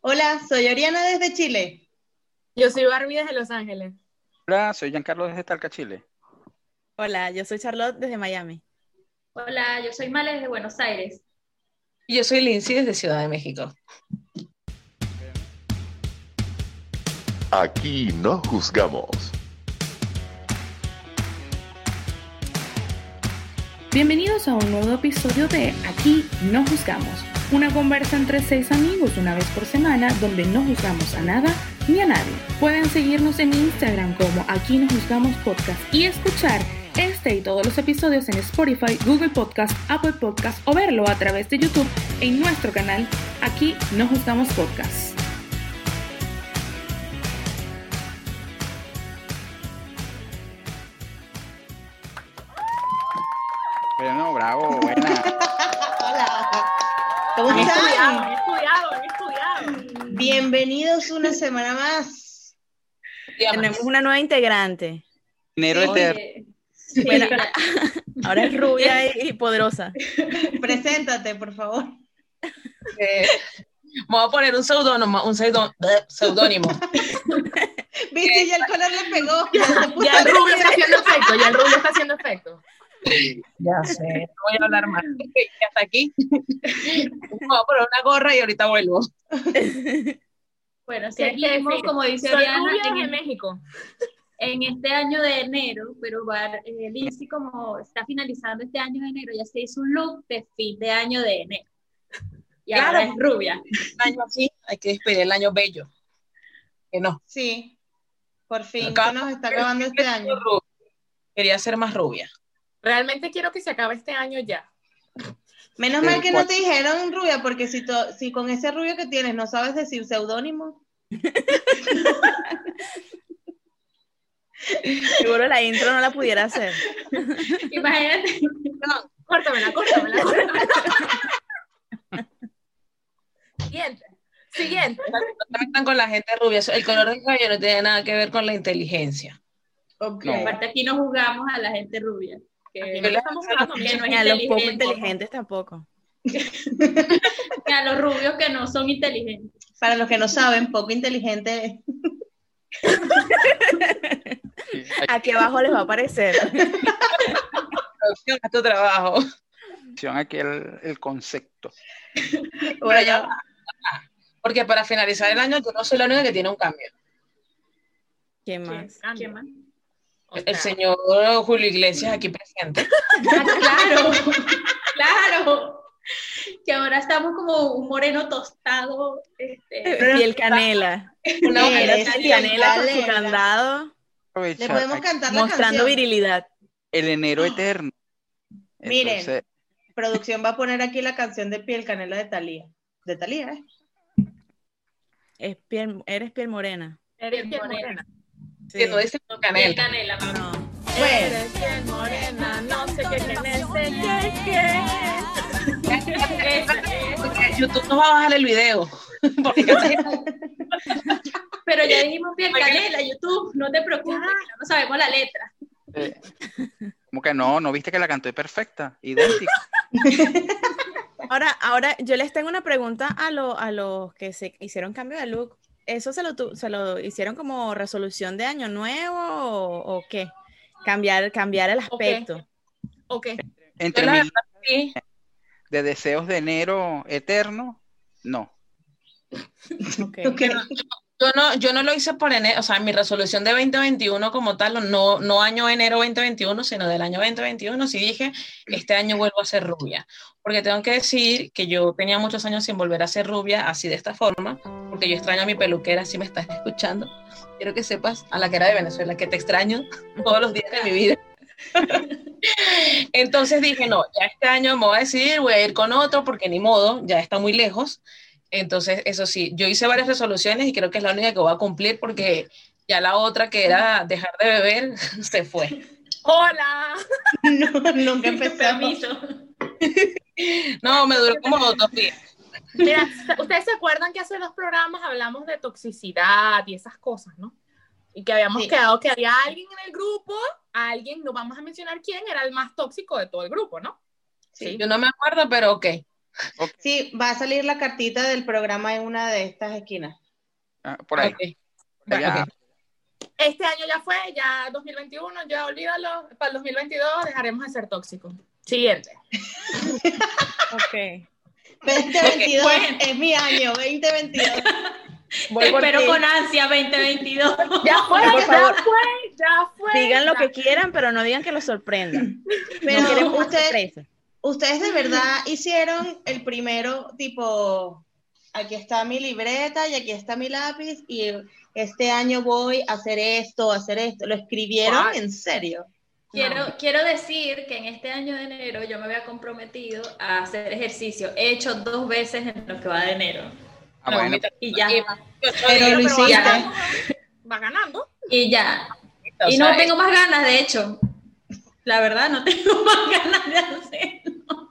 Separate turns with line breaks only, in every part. Hola, soy Oriana desde Chile.
Yo soy Barbie desde Los Ángeles.
Hola, soy Giancarlo desde Talca, Chile.
Hola, yo soy Charlotte desde Miami.
Hola, yo soy Males desde Buenos Aires.
Y yo soy Lindsay desde Ciudad de México.
Aquí no juzgamos.
Bienvenidos a un nuevo episodio de Aquí no juzgamos, una conversa entre seis amigos una vez por semana donde no juzgamos a nada ni a nadie. Pueden seguirnos en Instagram como Aquí no juzgamos podcast y escuchar este y todos los episodios en Spotify, Google Podcast, Apple Podcast o verlo a través de YouTube en nuestro canal Aquí no juzgamos podcast.
Bueno, bravo, buena.
Hola. ¿Cómo
He estudiado,
están?
he estudiado, he estudiado.
Bienvenidos una semana más.
Tenemos una nueva integrante.
Dinero eterno.
Oye, Este, sí,
Bueno,
para-
Ahora es rubia y, y poderosa.
Preséntate, por favor.
Eh, me voy a poner un seudónimo, un seudó- seudónimo.
Viste, ya el color le pegó. Ya se puso
Ya el rubio está
verde.
haciendo efecto, ya el rubio está haciendo efecto.
Ya sé, no voy a hablar más. Y Hasta aquí. Me voy a poner una gorra y ahorita vuelvo.
bueno,
Tienes que
seguimos,
decir,
como dice
este Soy
Oriana,
rubia
en,
desde México.
en este año de enero, pero Bar, eh, Lindsay como está finalizando este año de enero, ya se hizo un look de fin de año de enero. Y ahora
Claro.
es rubia.
Un año así, hay que despedir el año bello. Que no.
Sí. Por fin,
Acá-
se nos está acabando este año.
Quería ser más rubia.
Realmente quiero que se acabe este año ya.
Menos mal que no te dijeron rubia, porque si, to- si con ese rubio que tienes no sabes decir seudónimo,
Seguro la intro no la pudiera hacer.
Imagínate.
Córtamela, córtamela, córtamela. Siguiente. Siguiente.
No me metan con la gente rubia. Eso- El color del cabello no tiene nada que ver con la inteligencia.
Aparte aquí no jugamos a la gente rubia. que-
Aquí
no
le estamos jugando,
que
mira.
no es
Ni a los poco
inteligente,
inteligentes tampoco.
que a los rubios que no son inteligentes.
para los que no saben, poco inteligente es.
Aquí abajo les va a aparecer.
Producción, haz tu trabajo.
Atención aquí el, el concepto.
Pero ya va. Porque para finalizar el año, yo no soy la única que tiene un cambio.
¿Quién más?
¿Qué más?
O sea,
El señor Julio Iglesias aquí presente.
Ah, claro, claro. Que ahora estamos como un moreno tostado. Este,
Eh,
Y el canela.
Una
Sí,
mujer
eres
El
Sí,
canela con su
canela.
candado,
Le
Aprovechar
podemos
aquí
cantar la
mostrando
canción.
virilidad.
el enero eterno.
Miren.
Entonces,
Producción va a poner aquí la canción de Piel Canela de Talía. De Talía, ¿eh?
Es piel- eres piel morena.
eres
Bien
bien
morena.
morena.
Sí. Eh,
que no dice
piel
canela.
canela, mamá.
No.
Bueno,
Eres bien morena, no sé qué tienes
Porque YouTube no va a bajar el video. Porque casi-
Pero ya dijimos piel canela, YouTube, no te preocupes, que no sabemos la letra.
eh, como que no, no viste que la canté perfecta, idéntica.
Ahora, ahora yo les tengo una pregunta a, lo- a los que se hicieron cambio de look. ¿Eso se lo, tu- se lo hicieron como resolución de año nuevo o, o qué? Cambiar, cambiar el
¿O qué?
aspecto.
¿O qué?
Yo
Entre
la
mil
verdad, sí.
de deseos de enero eterno, no.
Ok.
ok.
Yo no, yo no lo hice por enero, o sea, mi resolución de 2021 como tal, no, no año enero 2021, sino del año 2021, sí dije, este año vuelvo a ser rubia, porque tengo que decir que yo tenía muchos años sin volver a ser rubia, así de esta forma, porque yo extraño a mi peluquera, si me estás escuchando, quiero que sepas, a la que era de Venezuela, que te extraño todos los días de mi vida. Entonces dije, no, ya este año me voy a decidir, voy a ir con otro, porque ni modo, ya está muy lejos, entonces, eso sí, yo hice varias resoluciones y creo que es la única que voy a cumplir porque ya la otra que era dejar de beber se fue.
Hola.
No, nunca empezamos.
Permiso.
No, me duró como dos días.
Mira, ustedes se acuerdan que hace dos programas hablamos de toxicidad y esas cosas, ¿no? Y que habíamos
Sí.
quedado que había alguien en el grupo, alguien, no vamos a mencionar quién, era el más tóxico de todo el grupo, ¿no?
Sí.
Yo no me acuerdo, pero ok.
Ok,
Sí, va a salir la cartita del programa en una de estas esquinas.
ah, por ahí.
Ok.
por ahí, ah,
Ok.
Este año ya fue, ya 2021, ya olvídalo. Para el 2022 dejaremos de ser tóxicos. Siguiente.
Ok.
2022
Ok, bueno.
es mi año, 2022.
Voy por
Espero
ti.
con ansia 2022.
Ya fue,
Por
ya
favor.
fue, ya fue.
Digan lo
ya
que quieran, pero no digan que los sorprendan.
Pero
no queremos más
ustedes,
sorpresas.
ustedes de verdad hicieron el primero tipo, aquí está mi libreta y aquí está mi lápiz y este año voy a hacer esto, a hacer esto. Lo escribieron
Guau.
en serio.
Quiero, quiero decir que en este año de enero yo me había comprometido a hacer ejercicio. He hecho dos veces en lo que va de enero.
ah,
No,
bueno.
mira,
Y ya.
y-
Pero lo
pero va
hiciste.
ganando, va ganando.
Y ya.
o
Y
sea,
no tengo más ganas, de hecho. La verdad, no tengo más ganas de hacer.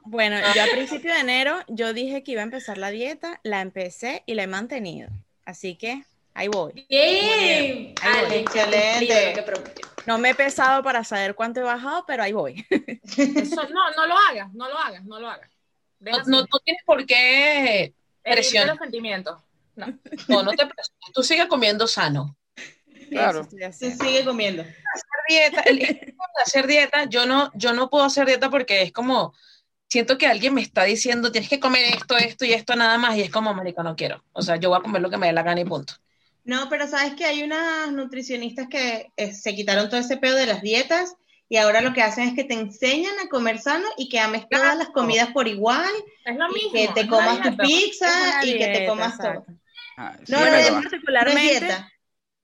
Bueno, yo a principio de enero yo dije que iba a empezar la dieta, la empecé y la he mantenido. Así que ahí voy.
Bien.
Ahí voy.
Ale,
Excelente.
cumplido lo que prometió.
No me he pesado para saber cuánto he bajado, pero ahí voy.
Eso- no, no lo hagas, no lo hagas, no lo hagas.
no,
Deja
no-
así.
no tienes por qué.
Herirte
presiona.
los sentimientos.
No, no te presiones. Tú sigues comiendo sano.
Claro.
Eso estoy
Se
haciendo.
sigue comiendo.
Hacer dieta, el- el hacer dieta, yo no, yo no puedo hacer dieta porque es como. Siento que alguien me está diciendo, tienes que comer esto, esto y esto nada más, y es como, marico, no quiero. O sea, yo voy a comer lo que me dé la gana y punto.
No, pero sabes que hay unas nutricionistas que eh, se quitaron todo ese pedo de las dietas y ahora lo que hacen es que te enseñan a comer sano y que ames todas las comidas por igual,
Es lo
y
mismo.
que te
es
comas
una
tu
dieta.
Es
pizza
una
y que te
dieta,
comas
exacto.
todo.
Ah, sí,
No,
Bueno,
no,
pero-
yo
no, No es
particularmente,
dieta.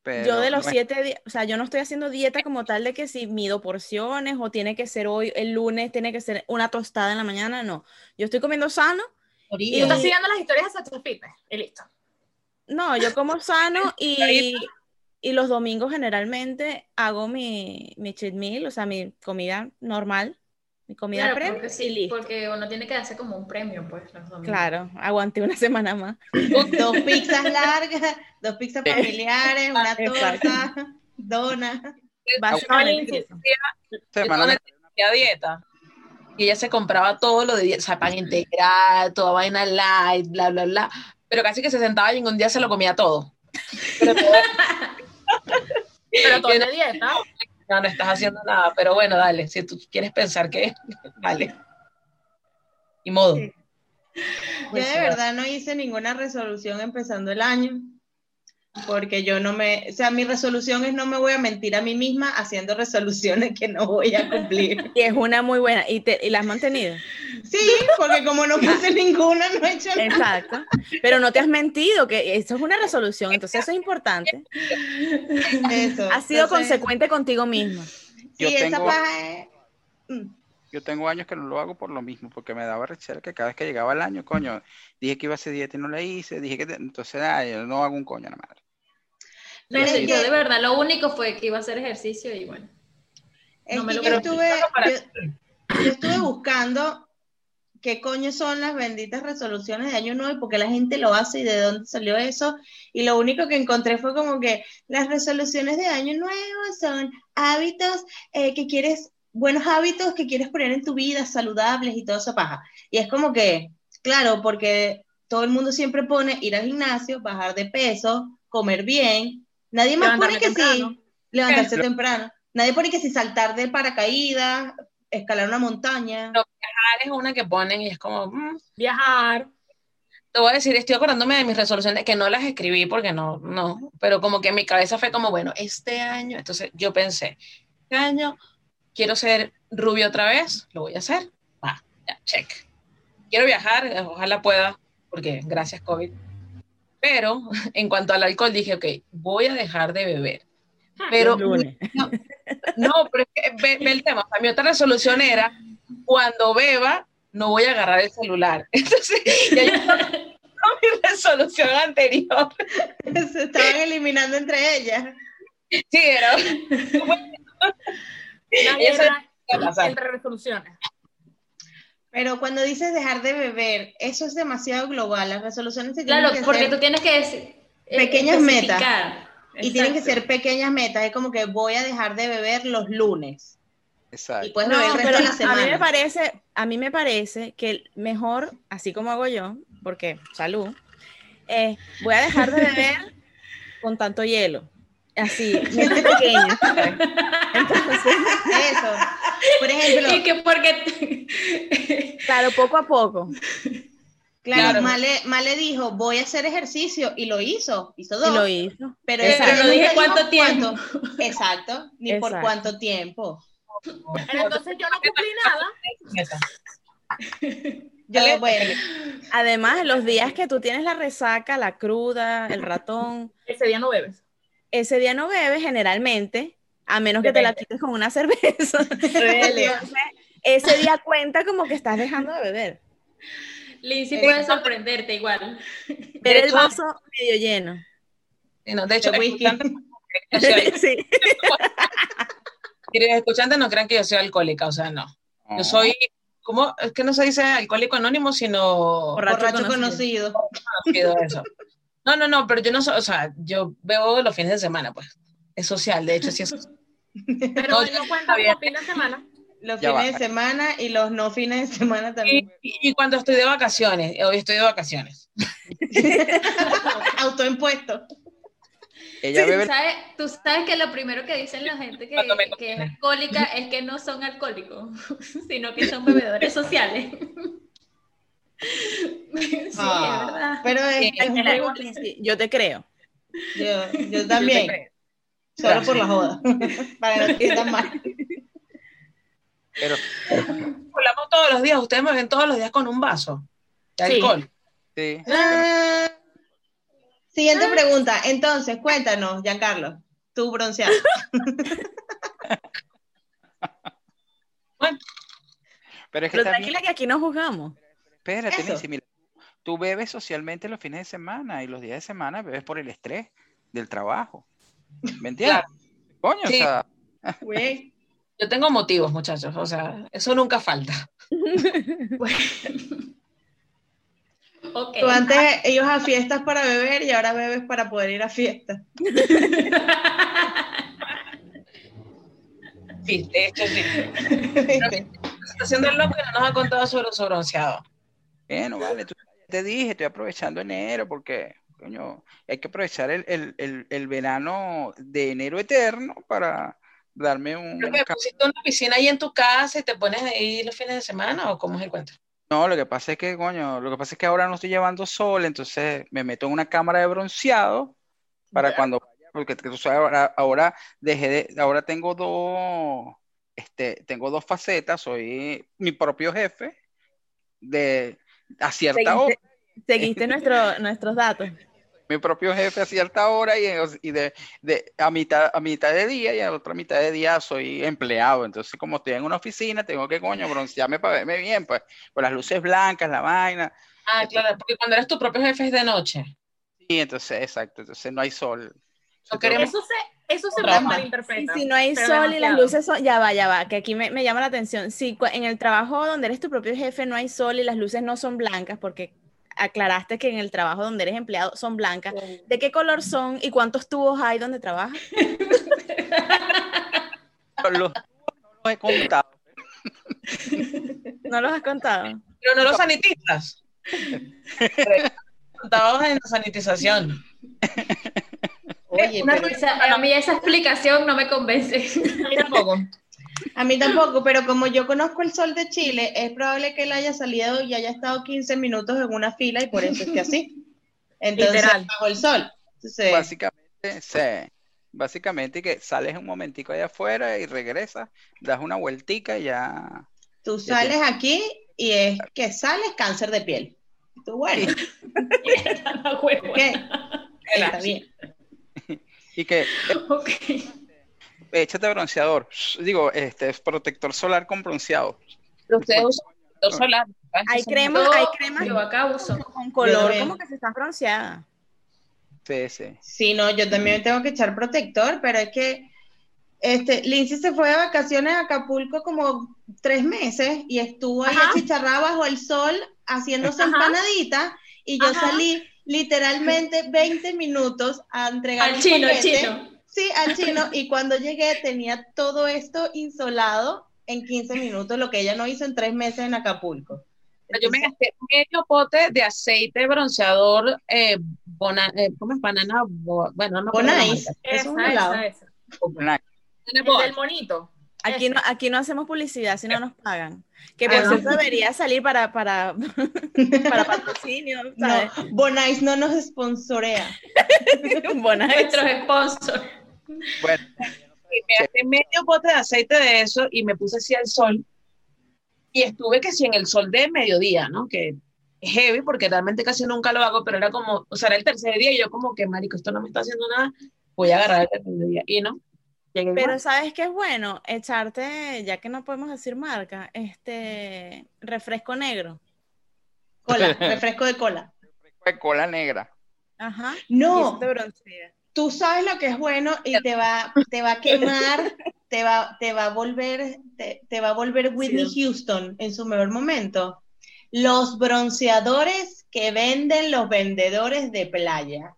pero
yo de los
no es-
siete días, o sea, yo no estoy haciendo dieta como tal de que si mido porciones o tiene que ser hoy, el lunes tiene que ser una tostada en la mañana, no. Yo estoy comiendo sano,
Y tú estás siguiendo las historias de Sacha Fitness. Y listo.
no, yo como sano y, y los domingos generalmente hago mi, mi cheat meal, o sea, mi comida normal, mi comida
Claro,
premium
porque
y
sí,
listo.
porque uno tiene que darse como un premio, pues. los domingos.
Claro, aguanté una semana más.
Dos pizzas largas, dos pizzas familiares, una
Exacto.
torta, dona.
Básicamente
Olin,
eso.
semana
Semana
de-
hacía dieta. Y ella se compraba todo lo de dieta, o sea, pan integral, toda vaina light, bla, bla, bla. Pero casi que se sentaba y en un día se lo comía todo. Pero,
Pero todo de dieta.
no, no estás haciendo nada. Pero bueno, dale, si tú quieres pensar que, vale. Ni modo.
Sí.
Pues
Yo de verdad no hice ninguna resolución empezando el año, porque yo no me, o sea, mi resolución es no me voy a mentir a mí misma haciendo resoluciones que no voy a cumplir.
Y es una muy buena. ¿Y, te- y la has mantenido?
Sí, porque como no puse ninguna, no he hecho nada.
Exacto. Pero no te has mentido, que eso es una resolución, entonces eso es importante.
Eso.
Has sido
Entonces,
consecuente contigo misma.
Sí,
Yo
esa
tengo-
paja es-
Yo tengo años que no lo hago por lo mismo, porque me daba rechera que cada vez que llegaba el año, coño, dije que iba a hacer dieta y no la hice, dije que te- entonces ay, yo no hago un coño a la madre.
Pero
Pero es
yo
que-
de verdad, lo único fue que iba a hacer ejercicio y bueno.
Es
No me
que
lo
yo
creo.
estuve,
para
yo, yo estuve buscando qué coño son las benditas resoluciones de año nuevo y por qué la gente lo hace y de dónde salió eso. Y lo único que encontré fue como que las resoluciones de año nuevo son hábitos eh, que quieres, buenos hábitos que quieres poner en tu vida, saludables y toda esa paja. Y es como que, claro, porque todo el mundo siempre pone ir al gimnasio, bajar de peso, comer bien. Nadie más pone
Levantarme
que sí.
temprano.
Levantarse temprano. Nadie pone que si saltar de paracaídas, escalar una montaña.
No. Es una que ponen y es como, mm,
Viajar.
Te voy a decir, estoy acordándome de mis resoluciones, que no las escribí porque no, no, pero como que en mi cabeza fue como, bueno, este año, entonces yo pensé, este año quiero ser rubio otra vez, lo voy a hacer, va, ya, check. Quiero viajar, eh, ojalá pueda, porque gracias COVID. Pero en cuanto al alcohol dije, ok, voy a dejar de beber. Pero
Ah, Los lunes.
no, pero es que ve, ve el tema. O sea, mi otra resolución era, cuando beba, no voy a agarrar el celular. Entonces, ya yo estaba con mi resolución anterior.
Se estaban eliminando entre ellas.
Sí, era
Una
Eso-
guerra
pasar.
entre resoluciones.
Pero cuando dices dejar de beber, eso es demasiado global. Las resoluciones se tienen
Claro,
que
porque
hacer
tú tienes que dec- eh,
Pequeñas metas.
especificar.
y tienen que
Exacto.
ser pequeñas metas. Es como que voy a dejar de beber los lunes.
Exacto.
Y puedes
No,
beber el resto
pero
de la
a mí me
semana.
parece, a mí me parece que el mejor, así como hago yo, porque salud, eh, voy a dejar de beber con tanto hielo. Así, gente pequeña. ¿sabes? Entonces,
Eso. Por ejemplo,
Y que porque
claro, poco a poco.
claro,
Claro.
Male, Male dijo, voy a hacer ejercicio, y lo hizo, hizo dos.
Y lo hizo.
Pero,
Exacto.
ella
Pero
no
nunca
dije
dijo
cuánto tiempo.
Exacto, ni por
Exacto.
cuánto tiempo.
Pero entonces yo no cumplí nada.
Yo, bueno,
Además, los días que tú tienes la resaca, la cruda, el ratón,
Ese día no bebes.
ese día no bebes generalmente, a menos que te la
Depende.
quites con una cerveza. Entonces, ese día cuenta como que estás dejando de beber.
Lindsay puede sorprenderte igual.
Ver el
hecho-
vaso medio lleno.
Sí, no, de hecho,
De whisky.
escuchando- o sea,
Sí.
queridos escuchantes, no crean que yo soy alcohólica, o sea, no. Yo soy, ¿cómo? Es que no se dice alcohólico anónimo, sino
Borracho
borracho
conocido.
conocido.
conocido eso. No, no, no, pero yo no soy, o sea, yo bebo los fines de semana, pues. Es social, de hecho, sí es social.
Pero
No,
hoy
yo-
no cuenta
bien.
como fin de semana.
Los
Ya
fines de
va.
semana y los no fines de semana
Y,
también.
y cuando estoy de vacaciones, eh, hoy estoy de vacaciones.
Autoimpuesto.
Ella
¿Tú
bebe
sabes, tú sabes que lo primero que dicen la gente que,
Cuando me
que es alcohólica es que no son alcohólicos, sino que son bebedores sociales. Sí, es verdad.
Ah, pero es, es un juego.
Sí, Yo te creo.
Yo, yo también. Solo por la joda. Para que no sientan mal.
pero
Hablamos todos los días, ustedes me ven todos los días con un vaso de
Sí.
alcohol.
sí.
Ah. Siguiente pregunta. Entonces, cuéntanos, Giancarlo, tu bronceado.
Pero es que
Pero
está bien.
tranquila que aquí no juzgamos.
Espérate,
Eso.
Nancy, mira, tú bebes socialmente los fines de semana y los días de semana bebes por el estrés del trabajo. ¿Me entiendes? Coño,
Sí.
o sea,
Güey.
Yo tengo motivos, muchachos, o sea, eso nunca falta.
Ok.
Tú antes ibas a fiestas para beber y ahora bebes para poder ir a fiestas.
Sí, de hecho, sí. Se está haciendo el loco y no nos ha contado sobre su bronceado.
bueno, vale, tú- te dije, estoy aprovechando enero porque, coño, hay que aprovechar el, el- el- el verano de enero eterno para darme un...
Creo que
ca-
pusiste una piscina ahí en tu casa y te pones ahí los fines de semana o cómo es el cuento.
No, lo que pasa es que, coño, lo que pasa es que ahora no estoy llevando sol, entonces me meto en una cámara de bronceado para cuando vaya, porque tú sabes, ahora, ahora dejé de, ahora tengo dos, este, tengo dos facetas, soy mi propio jefe de a cierta hora,
Seguiste, seguiste nuestro, nuestros datos.
mi propio jefe a cierta hora y, y de, de- a mitad, a mitad de día y a otra mitad de día soy empleado. Entonces, como estoy en una oficina, tengo que, coño, broncearme para verme bien, pues, con las luces blancas, la vaina.
Ah, claro, porque cuando eres tu propio jefe es de noche.
Sí, entonces, exacto, entonces no hay sol.
No
Entonces, tengo que-
queremos-
Eso se, eso se
Trabaja.
Y
malinterpreta.
si no hay
pero
sol y las
demasiado.
luces son, ya va, ya va, que aquí me, me llama la atención. Si cu- en el trabajo donde eres tu propio jefe no hay sol y las luces no son blancas, porque aclaraste que en el trabajo donde eres empleado son blancas, ¿de qué color son y cuántos tubos hay donde trabajas?
los no los he contado.
¿No los has contado?
Pero no los sanitizas. Contados en sanitización.
Oye,
Una
pero-
risa, a mí esa explicación no me convence.
A mí tampoco.
a mí tampoco, pero como yo conozco el sol de Chile, es probable que él haya salido y haya estado 15 minutos en una fila y por eso es que así. Entonces,
Literal.
bajo el sol. Entonces,
Pues Básicamente, sí. Básicamente que sales un momentico allá afuera y regresas, das una vueltica y ya.
Tú sales aquí y es que sales cáncer de piel. Tú, bueno, ¿qué? Está bien.
Y que
Ok.
échate bronceador, digo, este es protector solar con bronceado.
Pero ustedes usan protector solar. ¿verdad?
Hay
Son-
cremas,
Yo-
hay cremas
Yo acá uso.
con color,
Yo-
como que se están bronceadas.
Sí, sí.
Sí, no, yo también tengo que echar protector, pero es que este, Lindsay se fue de vacaciones a Acapulco como tres meses y estuvo ahí
Ajá.
achicharrada bajo el sol haciéndose
Ajá.
empanadita y yo
Ajá.
salí literalmente 20 minutos a entregar
Al
un
chino, al
paquete.
chino.
Sí, al chino. Y cuando llegué tenía todo esto insolado en 15 minutos lo que ella no hizo en tres meses en Acapulco.
Yo me gasté medio pote de aceite bronceador, eh, bona- eh, ¿cómo es? Banana, bo- bueno, no me acuerdo la
Bonais.
marca.
Es un
esa,
helado.
esa, esa.
Banana
El
boat.
del monito.
Aquí no, aquí no hacemos publicidad si no nos pagan. Que por
Ah, no.
cierto debería salir para, para, para patrocinio,
No,
¿sabes?
Bonais no nos sponsorea.
Buena
Nuestros sponsors.
Bueno,
Y me gasté medio bote de aceite de eso y me puse así al sol. Y estuve que sí en el sol de mediodía, ¿no? Que es heavy porque realmente casi nunca lo hago, pero era como, o sea, era el tercer día y yo como que, marico, esto no me está haciendo nada, voy a agarrar el tercer día. Y no, llegué
Pero
igual.
sabes que es bueno echarte, ya que no podemos decir marca, este refresco negro.
Cola, refresco de cola.
fue cola negra.
Ajá. Y eso
No,
te broncea.
tú sabes lo que es bueno y te va, te va a quemar, te va, te va a volver, te, te va a volver Whitney Houston en su mejor momento. Los bronceadores que venden los vendedores de playa.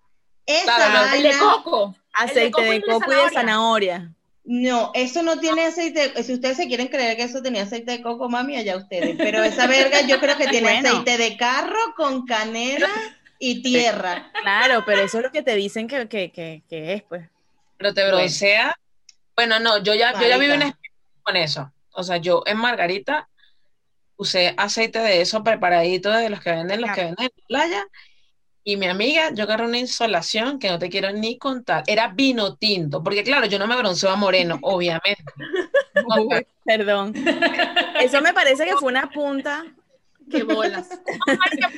Esa
Claro, no,
El de
vaina-
coco.
Aceite
coco y
de
el de
coco y de zanahoria.
No, eso no tiene aceite. de- Si ustedes se quieren creer que eso tenía aceite de coco, mami, allá ustedes. Pero esa verga yo creo que tiene
Bueno.
aceite de carro con canela y tierra.
Claro, pero eso es lo que te dicen que, que, que, que es, pues.
Pero te broncea. Bueno, no, yo ya, yo ya viví
Marica.
una experiencia con eso. O sea, yo en Margarita usé aceite de eso preparadito de los que venden, los que venden en la playa. Y mi amiga, yo agarré una insolación que no te quiero ni contar. Era vino tinto, porque claro, yo no me bronceo a moreno, obviamente. O sea,
Perdón. Eso me parece que fue una punta.
Qué bolas.
no,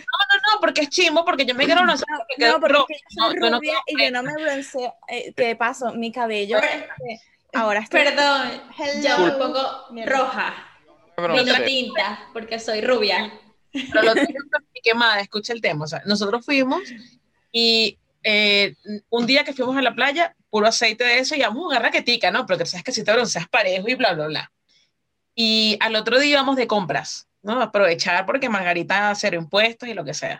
porque es chimbo, porque yo me quiero broncear porque
No,
quedo
porque
rojo.
es que yo soy
No, yo no
rubia
creo
y yo no me bronceo. Eh, que de paso, mi cabello este, ahora está
Perdón, yo un
Hello.
poco
Mierda.
roja,
Pero
no
no sé.
tinta, porque soy rubia.
pero lo tengo y quemada, escucha el tema. O sea, nosotros fuimos y eh, un día que fuimos a la playa, puro aceite de eso, y vamos a agarrar raquetica, ¿no? Pero que sabes que si te bronceas parejo y bla, bla, bla. Y al otro día íbamos de compras, ¿no? Aprovechar porque Margarita cero impuestos y lo que sea.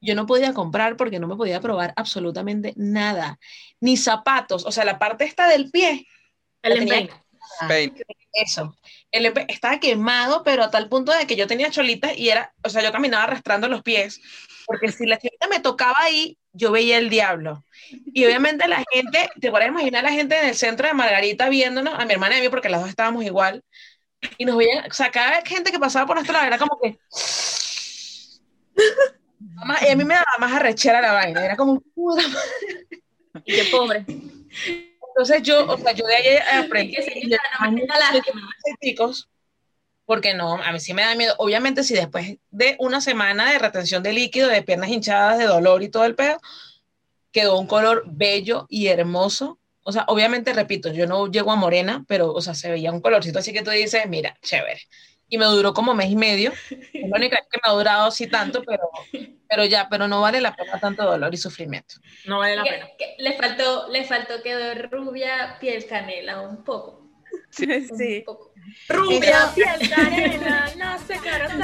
Yo no podía comprar porque no me podía probar absolutamente nada, ni zapatos, o sea, la parte esta del pie,
El
La tenía-
empeine.
Peine.
eso. El empe- estaba quemado, pero a tal punto de que yo tenía cholitas y era, o sea, yo caminaba arrastrando los pies, porque si la cholita me tocaba ahí, yo veía el diablo. Y obviamente la gente, te puedes imaginar a la gente en el centro de Margarita viéndonos, a mi hermana y a mí, porque las dos estábamos igual, y nos veían, o sea, cada gente que pasaba por nuestro lado era como que... Mamá, y a mí me daba más arrechera la vaina, era como, puta madre.
Y qué pobre.
Entonces yo, o sea, yo de ahí aprendí.
Que señora, no me da lástima.
picos, porque no, a mí sí me da miedo. Obviamente, si después de una semana de retención de líquido, de piernas hinchadas, de dolor y todo el pedo, quedó un color bello y hermoso. O sea, obviamente, repito, yo no llego a morena, pero, o sea, se veía un colorcito así que tú dices, mira, chévere. Y me duró como mes y medio. Es la única vez que me ha durado así tanto, pero, pero ya, pero no vale la pena tanto dolor y sufrimiento.
No vale la
Que-
pena.
que Le faltó, le faltó quedó rubia piel canela un poco. un
Sí.
poco.
Rubia,
piel carena, no se cara,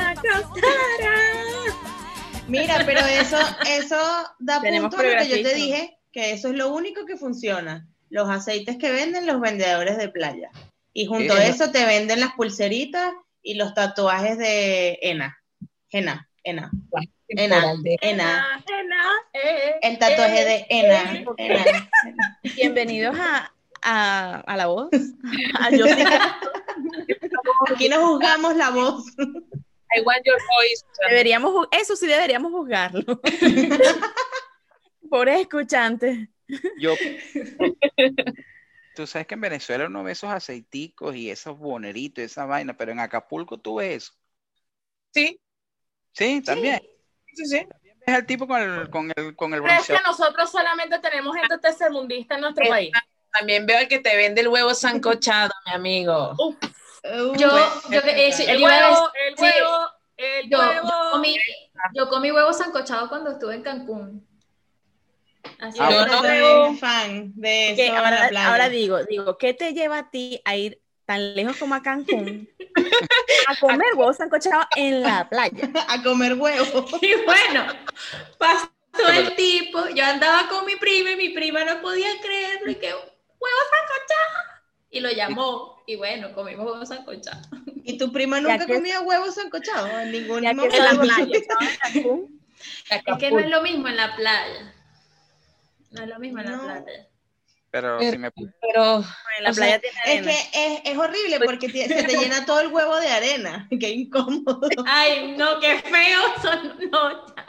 Mira, pero eso, eso da
Tenemos
punto a lo que yo te
coreografía y todo.
dije, que eso es lo único que funciona. Los aceites que venden los vendedores de playa. Y junto a
Ena.
eso te venden las pulseritas y los tatuajes de Ena. Ena, Ena,
Temporal de-
Ena.
eh,
El tatuaje de Ena. Ena.
Bienvenidos a, a, a la voz. A yo sí que-
Aquí no juzgamos la voz.
I want your voice. O sea,
Eh,
deberíamos, ju- eso sí deberíamos juzgarlo. Pobres escuchantes.
Yo. Tú sabes que en Venezuela uno ve esos aceiticos y esos boneritos y esa vaina, pero en Acapulco tú ves eso.
Sí,
Sí, también.
sí, sí.
Es el tipo con el, con el, con el
Pero es que
bronceador.
nosotros solamente tenemos gente tercermundista en nuestro país.
También veo el que te vende el huevo sancochado, mi amigo.
Yo, yo, que- eh, sí,
El
yo iba a decir-
huevo, el
sí.
huevo, el
yo-
huevo.
yo comí, yo comí huevo sancochado cuando estuve en Cancún. Así
Ah,
Yo
Yo
que-
no
no
soy
veo-
fan de eso.
Que
en la
ahora,
playa.
ahora digo, digo, ¿qué te lleva a ti a ir tan lejos como a Cancún a comer huevos sancochados en la playa?
a comer huevo.
Y bueno, pasó el tipo, yo andaba con mi prima y mi prima no podía creerlo y que huevo sancochado. y lo llamó y bueno, comimos huevos sancochados.
¿Y tu prima nunca
que-
comió huevos sancochados? En ningún
Ya que
momento.
la
Es que no es lo mismo en la playa. No es lo mismo en la
No.
playa.
Pero si me
Pero
En la
O sea,
playa tiene
Es
arena.
que es, es horrible porque ti- se te llena todo el huevo de arena. Qué incómodo.
Ay, no, qué feo son. No, ya.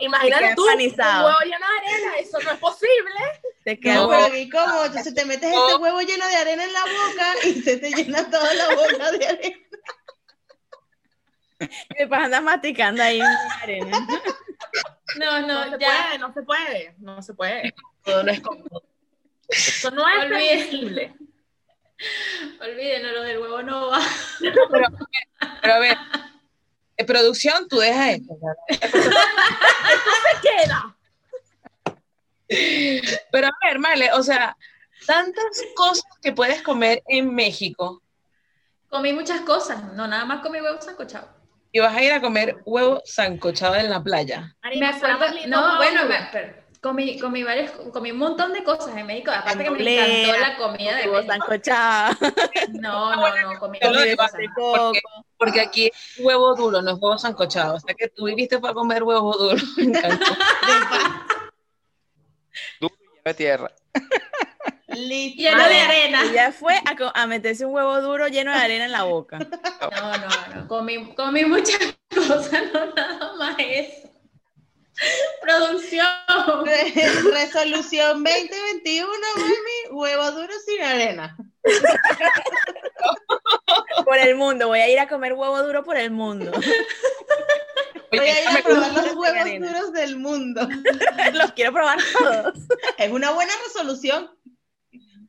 Imagínate
queda
tú, un
empanizado.
huevo lleno de arena, eso no es posible.
Te queda
No,
huevo.
pero ¿y cómo? Entonces te metes este huevo lleno de arena en la boca y se te llena toda la boca de arena.
Y después andas masticando ahí en la arena.
no,
No,
no,
se
ya.
puede, no se puede, no se puede.
todo no es cómodo.
Eso no es
Olvídalo.
permisible.
Olvídenos, lo del huevo no va.
Pero a ver, eh, producción, tú dejas esto. ¿verdad?
Queda.
Pero a ver, Male, o sea, tantas cosas que puedes comer en México
Comí muchas cosas, no nada más comí huevos sancochados.
y vas a ir a comer huevo sancochado en la playa.
Me acuerdo, no, bueno, me- pero comí, comí varias, comí un montón de cosas en México, aparte que me
Bandolera,
encantó la comida de
Huevos
México.
sancochados,
No, no, no, comí
Yo lo
varias
digo
cosas.
de coco.
Porque aquí es huevo duro, no es huevo sancochado. O sea que tú viniste para comer huevo duro. Me encantó.
de tierra.
Listo.
Lleno de arena.
Ella fue a, co- a meterse un huevo duro lleno de arena en la boca.
No, no, no, comí, comí muchas cosas, no nada más eso. Producción.
Re- Resolución 2021, mami. Huevo duro sin arena.
Por el mundo, voy a ir a comer huevo duro por el mundo.
Voy
Oye,
a ir a
déjame-
probar los
sin
huevos
arena.
duros del mundo.
Los quiero probar todos.
Es una buena resolución.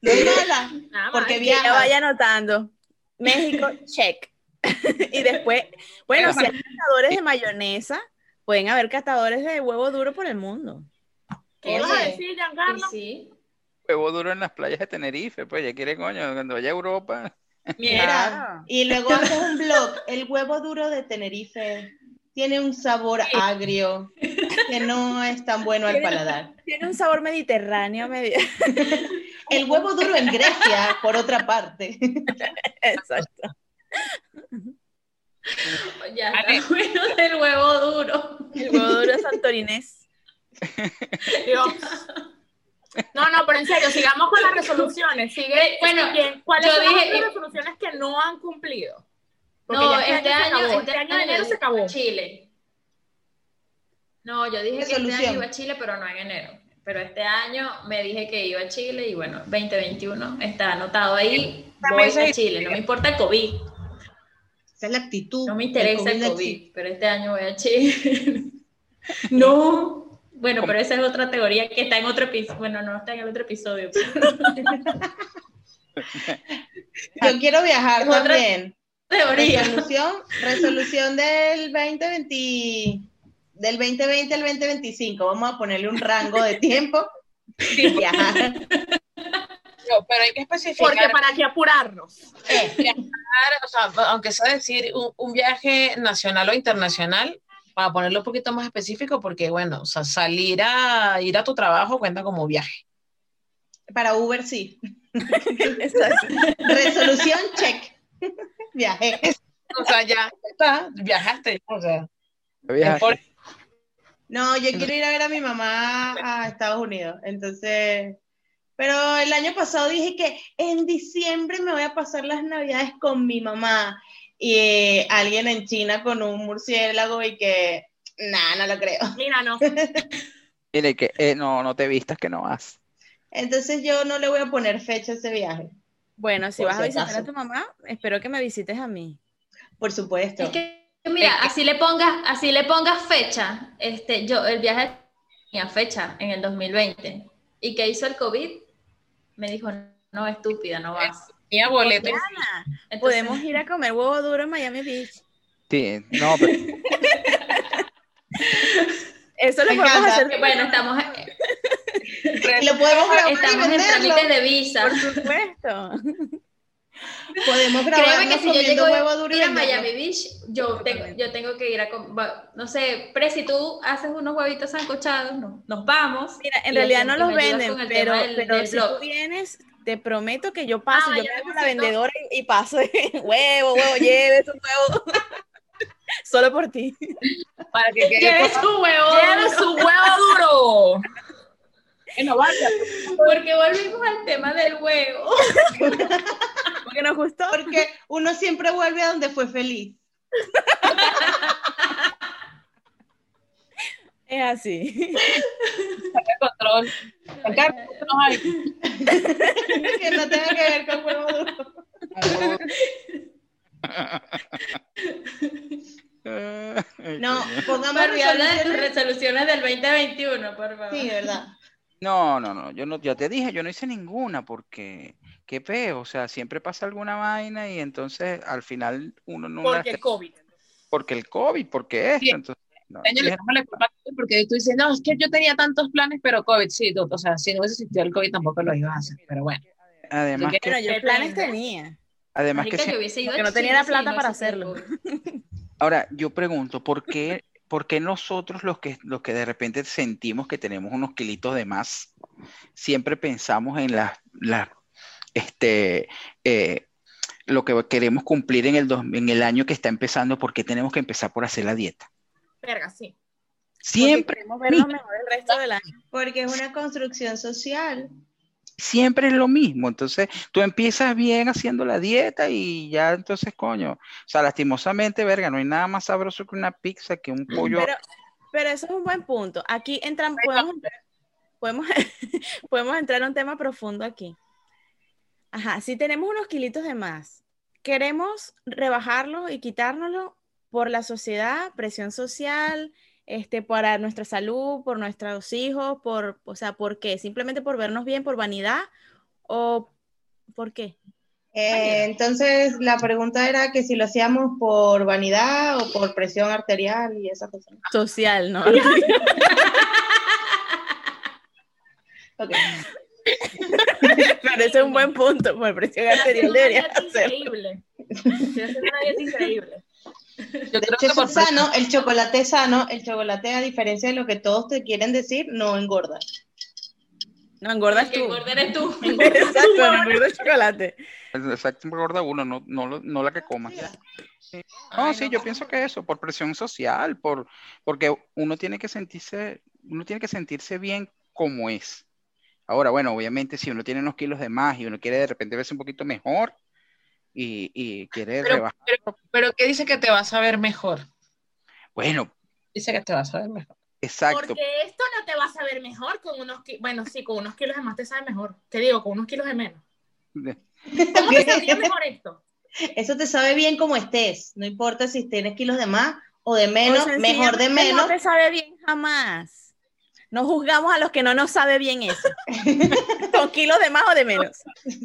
No es mala. Porque
Que ya
viaja.
vaya anotando. México, check. y después, bueno, si hay catadores de mayonesa, pueden haber catadores de huevo duro por el mundo.
¿Qué vas a
Oye,
decir,
y
Giancarlo?
sí.
Huevo duro en las playas de Tenerife, pues ya quiere coño, cuando vaya a Europa.
Mira, y luego haces un blog, el huevo duro de Tenerife tiene un sabor agrio que no es tan bueno al paladar.
Tiene un sabor mediterráneo, medio.
El huevo duro en Grecia, por otra parte.
Exacto.
Ya
Ah, eh.
está bueno del huevo duro.
El huevo duro santorinés.
Dios. No, no, pero en serio, sigamos con las resoluciones. Sigue,
Eh, bueno,
¿quién- ¿cuáles
yo
son las
dije- eh,
otras resoluciones que no han cumplido? Porque
No,
ya
este
se
año,
acabó,
este
este año
año
de enero se acabó.
Chile. No, yo dije que este
Resolución.
año iba a Chile, pero no en enero. Pero este año me dije que iba a Chile y bueno, 2021 está anotado ahí. Voy
También
a
se-
Chile, no me importa el COVID,
Esa es la actitud.
no me interesa
del
el
existe.
COVID, pero este año voy a Chile. no. Bueno, pero esa es otra teoría que está en otro episodio. Bueno, no está en el otro episodio. pero-
Yo quiero viajar
Otra
también.
teoría.
Resolución, resolución del 2020, del 2020 al 2025. Vamos a ponerle un rango de tiempo. Viajar.
No, pero hay que especificar.
Porque para qué apurarnos.
Eh,
o sea, aunque sea decir un, un viaje nacional o internacional, para ponerlo un poquito más específico, porque bueno, o sea, salir a ir a tu trabajo cuenta como viaje.
Para Uber sí.
Exacto.
Resolución check. Viajé.
O sea, ya está, viajaste, o sea,
Viaja.
por-
No, yo quiero ir a ver a mi mamá a Estados Unidos, entonces, pero el año pasado dije que en diciembre me voy a pasar las navidades con mi mamá y eh, alguien en China con un murciélago y que, nah, no lo creo.
Mira, no.
Mire que eh, no, no te vistas que no vas.
Entonces yo no le voy a poner fecha a ese viaje,
Bueno, si
Por
vas a
si
visitar a
acaso.
tu mamá, espero que me visites a mí.
por supuesto.
Es que, mira, así le pongas, así le pongas fecha. Este, yo, el viaje tenía fecha en el 2020. ¿Y qué hizo el COVID? Me dijo, no, estúpida, no vas.
tenía boleto.
Entonces,
Podemos ir a comer huevo duro en Miami Beach.
Sí, no, pero
Eso lo
Me
podemos
encanta.
hacer.
Bueno, estamos, eh,
Y lo podemos grabar y
estamos en
venderlo.
trámites de visa.
Por supuesto.
Podemos
Créeme
grabarnos
que si yo
comiendo
llego
huevo duro
a
y
ir a
venderlo.
Miami Beach, yo tengo, yo tengo que ir a, com- va- no sé, Pre, si tú haces unos huevitos sancochados, no- nos vamos.
Mira, en
Y
realidad
así
no
tú
los
me ayudas
venden,
con el
pero,
tema del-
pero
del
si
blog.
tú vienes, Te prometo que yo paso,
Ah,
yo
ya
me
me
hago la
siento-
vendedora y, y paso. huevo, huevo, lleve su huevo. Solo por ti.
Para que quede
Lleve su huevo.
¡Lleve su huevo duro!
en la barca.
Porque volvimos al tema del huevo.
Porque nos gustó.
Porque uno siempre vuelve a donde fue feliz.
Es así.
Saca control. Saca control. Ay,
que no tenga que ver con huevo duro. No, pongamos
Pero habla de tus
resoluciones.
resoluciones del 2021, por favor.
Sí, ¿verdad?
No, no, no, yo no, ya te dije, yo no hice ninguna porque qué peo, o sea, siempre pasa alguna vaina y entonces al final uno no las
Porque
te-
el COVID.
porque el COVID, porque esto,
Sí.
entonces no,
señor,
dije,
¿cómo le culpa a COVID? Porque tú dices, no, es que yo tenía tantos planes, pero COVID, sí, tú- o sea, si no hubiese existido el COVID tampoco lo ibas a hacer, pero bueno.
además
¿Tú
que,
Bueno, yo
Depende.
planes tenía.
además que
Marica,
si-
yo hubiese ido
Porque
a
no tenía
China
la plata
si no
para
existía el
hacerlo.
COVID.
Ahora, yo pregunto, ¿por qué, por qué nosotros los que, los que de repente sentimos que tenemos unos kilitos de más, siempre pensamos en las, las, este, eh, lo que queremos cumplir en el, dos- en el año que está empezando, ¿por qué tenemos que empezar por hacer la dieta?
Verga, sí.
Siempre,
Porque Queremos vernos mejor el resto del año.
Porque es una construcción social.
siempre es lo mismo. Entonces, tú empiezas bien haciendo la dieta y ya entonces, coño, o sea, lastimosamente, verga, no hay nada más sabroso que una pizza, que un pollo.
Pero, pero eso es un buen punto. Aquí entran, podemos, podemos, podemos entrar a un tema profundo aquí. Ajá, si tenemos unos kilitos de más, queremos rebajarlos y quitárnoslo por la sociedad, presión social, este, para nuestra salud, por nuestros hijos, por, o sea, ¿por qué? ¿Simplemente por vernos bien, por vanidad o por qué?
Eh, entonces, la pregunta era que si lo hacíamos por vanidad o por presión arterial y esas cosas.
Ah, Social, ¿no?
Ok.
Parece un buen punto, por presión arterial
Estoy
debería
haciendo una dieta
hacerlo.
increíble. Estoy haciendo una dieta increíble.
Yo
De
creo
hecho,
que
eso
por
es sano, el chocolate es sano, el chocolate, a diferencia de lo que todos te quieren decir, no engorda.
No, engordas
Que
tú.
gorda eres tú.
Exacto, no engorda el chocolate.
Exacto, engorda uno, no, no, lo- no la que comas. Sí. No, sí, yo pienso que eso, por presión social, por, porque uno tiene que sentirse, uno tiene que sentirse bien como es. Ahora, bueno, obviamente, si uno tiene unos kilos de más y uno quiere de repente verse un poquito mejor y, y quiere
Pero-
rebajar,
Pero ¿qué dice que te vas a ver mejor?
bueno,
Dice que te vas a ver mejor.
exacto,
Porque esto no te va a saber mejor con unos kilos. Bueno, sí, con unos kilos de más te sabe mejor. Te digo, con unos kilos de menos. ¿Cómo te sabría mejor esto?
Eso te sabe bien como estés, no importa si tienes kilos de más o de menos,
O sencillamente
mejor de menos.
No te sabe bien jamás. No juzgamos a los que no nos sabe bien eso. Con kilos de más o de menos.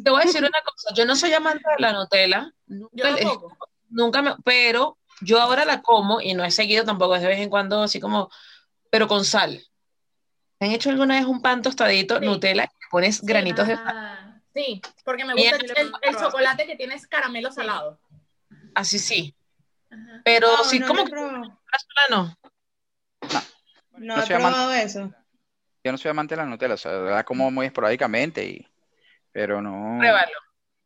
Te voy a decir una cosa, yo no soy amante de la Nutella,
Yo
nunca,
tampoco.
nunca me, pero yo ahora la como y no he seguido tampoco es de vez en cuando, así como, pero con sal. ¿Te han hecho alguna vez un pan tostadito
Sí.
Nutella y le pones granitos de
Ah,
Sí, porque me gusta
Bien,
el, el chocolate que tiene es caramelo salado.
Así sí,
ajá.
pero
No,
sí
no
como
lo he
que
probado.
una sola no.
No
No
he
se llama-
probado eso.
yo no soy amante de la Nutella, o sea, la como muy esporádicamente, y, pero no,
Pruébalo.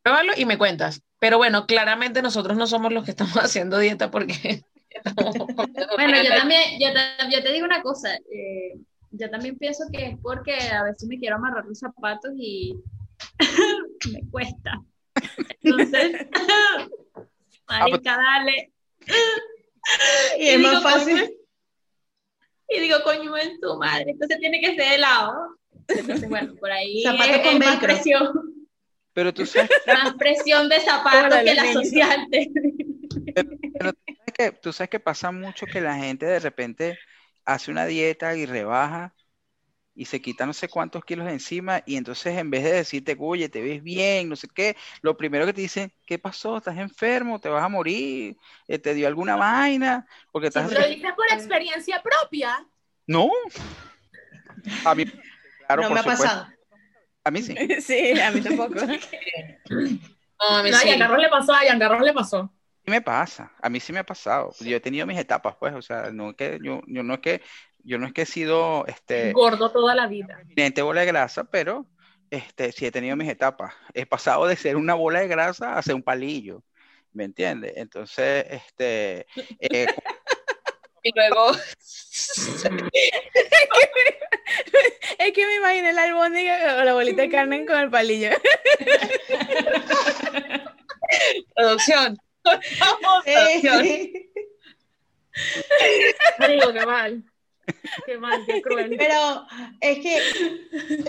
Pruébalo y me cuentas. Pero bueno, claramente nosotros no somos los que estamos haciendo dieta porque estamos comiendo
Bueno, yo
Nutella.
también, yo, ta- yo te digo una cosa, eh, yo también pienso que es porque a veces me quiero amarrar los zapatos y me cuesta. Entonces,
Ah, pues
marica, dale.
Y es más
digo, coño,
fácil.
Y digo, coño, en tu madre, entonces tiene que ser helado. Entonces, bueno, por ahí
Zapatos
es-
con
es más
velcro.
presión,
pero tú sabes
más presión de zapatos
Órale,
que la
niño.
social. te-
sabes que- tú sabes que pasa mucho que la gente de repente hace una dieta y rebaja y se quita no sé cuántos kilos de encima y entonces en vez de decirte, oye, te ves bien, no sé qué, lo primero que te dicen, ¿qué pasó? ¿Estás enfermo? ¿Te vas a morir? Eh, ¿Te dio alguna vaina? Porque estás...
Lo dices por experiencia propia.
No. A mí, claro,
no
por
me ha
supuesto.
pasado.
A mí sí.
Sí, a mí tampoco.
No, a mí
No, a
Pues sí.
Jan Garros le pasó, a Jan Garros le pasó.
Sí me pasa, a mí sí me ha pasado. Yo he tenido mis etapas, pues, o sea, no es que yo, yo no es que yo no es que he sido este
Gordo toda la vida.
eminente bola de grasa, pero este, sí he tenido mis etapas. He pasado de ser una bola de grasa a ser un palillo, ¿me entiendes? Entonces, este... eh,
Y luego,
Es que me imaginé la albóndiga o la bolita de
Mm.
carne con el palillo.
producción. Vamos, producción.
Digo, qué mal. Qué mal, qué cruel.
Pero es que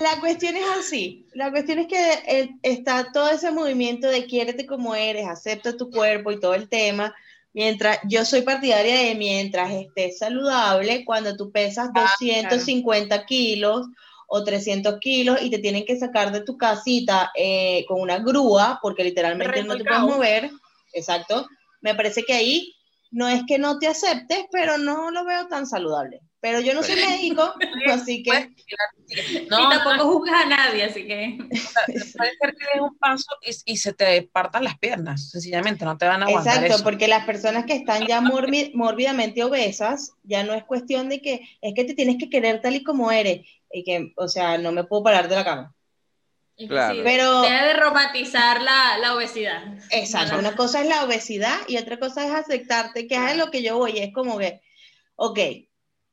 la cuestión es así. La cuestión es que eh, está todo ese movimiento de quiérete como eres, acepta tu cuerpo y todo el tema. Mientras yo soy partidaria de mientras estés saludable, cuando tú pesas 250 kilos o 300 kilos y te tienen que sacar de tu casita eh, con una grúa, porque literalmente no te puedes
Remolcado.
mover, exacto, me parece que ahí no es que no te aceptes, pero no lo veo tan saludable. Pero yo no soy médico, así que...
y
No,
tampoco
no,
juzgas a nadie, así que.
puede ser que des un paso y, y se te partan las piernas, sencillamente, no te van a aguantar
Exacto,
eso.
porque las personas que están ya morbi- mórbidamente obesas, ya no es cuestión de que es que te tienes que querer tal y como eres, y que, o sea, no me puedo parar de la cama.
Claro.
Sí,
Pero,
Deja de romantizar la, la obesidad.
exacto, una cosa es la obesidad y otra cosa es aceptarte, que es a lo que yo voy, es como que, ok,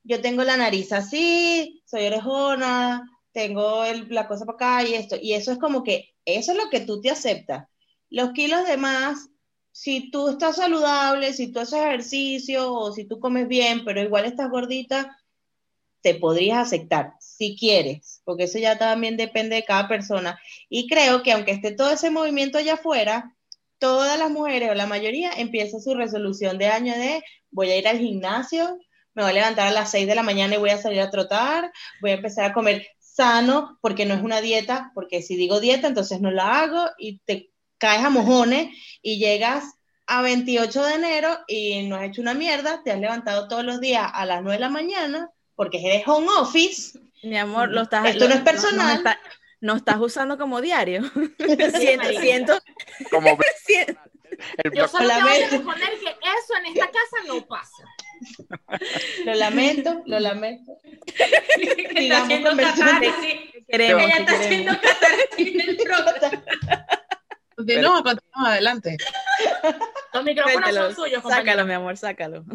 yo tengo la nariz así, soy orejona, tengo el- la cosa para acá y esto, y eso es como que, eso es lo que tú te aceptas. Los kilos de más, si tú estás saludable, si tú haces ejercicio o si tú comes bien, pero igual estás gordita, te podrías aceptar, si quieres, porque eso ya también depende de cada persona. Y creo que aunque esté todo ese movimiento allá afuera, todas las mujeres o la mayoría empieza su resolución de año de voy a ir al gimnasio, me voy a levantar a las 6 de la mañana y voy a salir a trotar, voy a empezar a comer sano, porque no es una dieta, porque si digo dieta, entonces no la hago y te caes a mojones y llegas a 28 de enero y no has hecho una mierda, te has levantado todos los días a las 9 de la mañana porque eres home office.
Mi amor, lo estás.
Esto no es
lo-
personal.
No, está- no estás usando como diario.
Sí,
siento,
marica.
siento,
como Black-
siento.
el
Yo
Black-
solo te voy
Solamente.
a responder que eso en esta casa no pasa.
Lo lamento, lo lamento.
Que está
Sigamos
haciendo
conversando.
catarsis.
Queremos,
Ella
te
está
queremos.
haciendo catarsis en el trote.
Continúa, continúa, adelante.
Los micrófonos
Suéltalo,
son tuyos, compañero.
sácalo, mi amor, sácalo.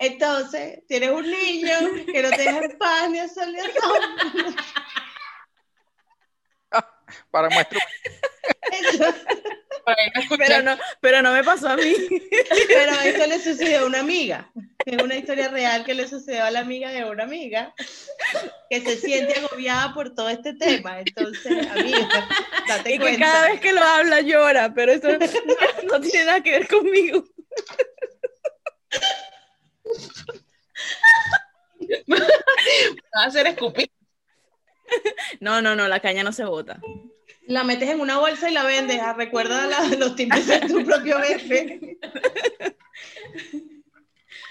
Entonces, tienes un niño que no te deja en paz ni a salir a tomar.
para muestra
Eso-
Por ahí me escuché.
Pero no, pero no me pasó a mí.
Pero eso le sucedió a una amiga. Es una historia real que le sucedió a la amiga de una amiga que se siente agobiada por todo este tema. Entonces, amiga, date
Y que
cuenta.
cada vez que lo habla llora, pero eso no tiene nada que ver conmigo.
va a hacer escupir.
No, no, no, la caña no se bota.
La metes en una bolsa y la vendes. Ah, Recuerda la- los tips de tu propio jefe.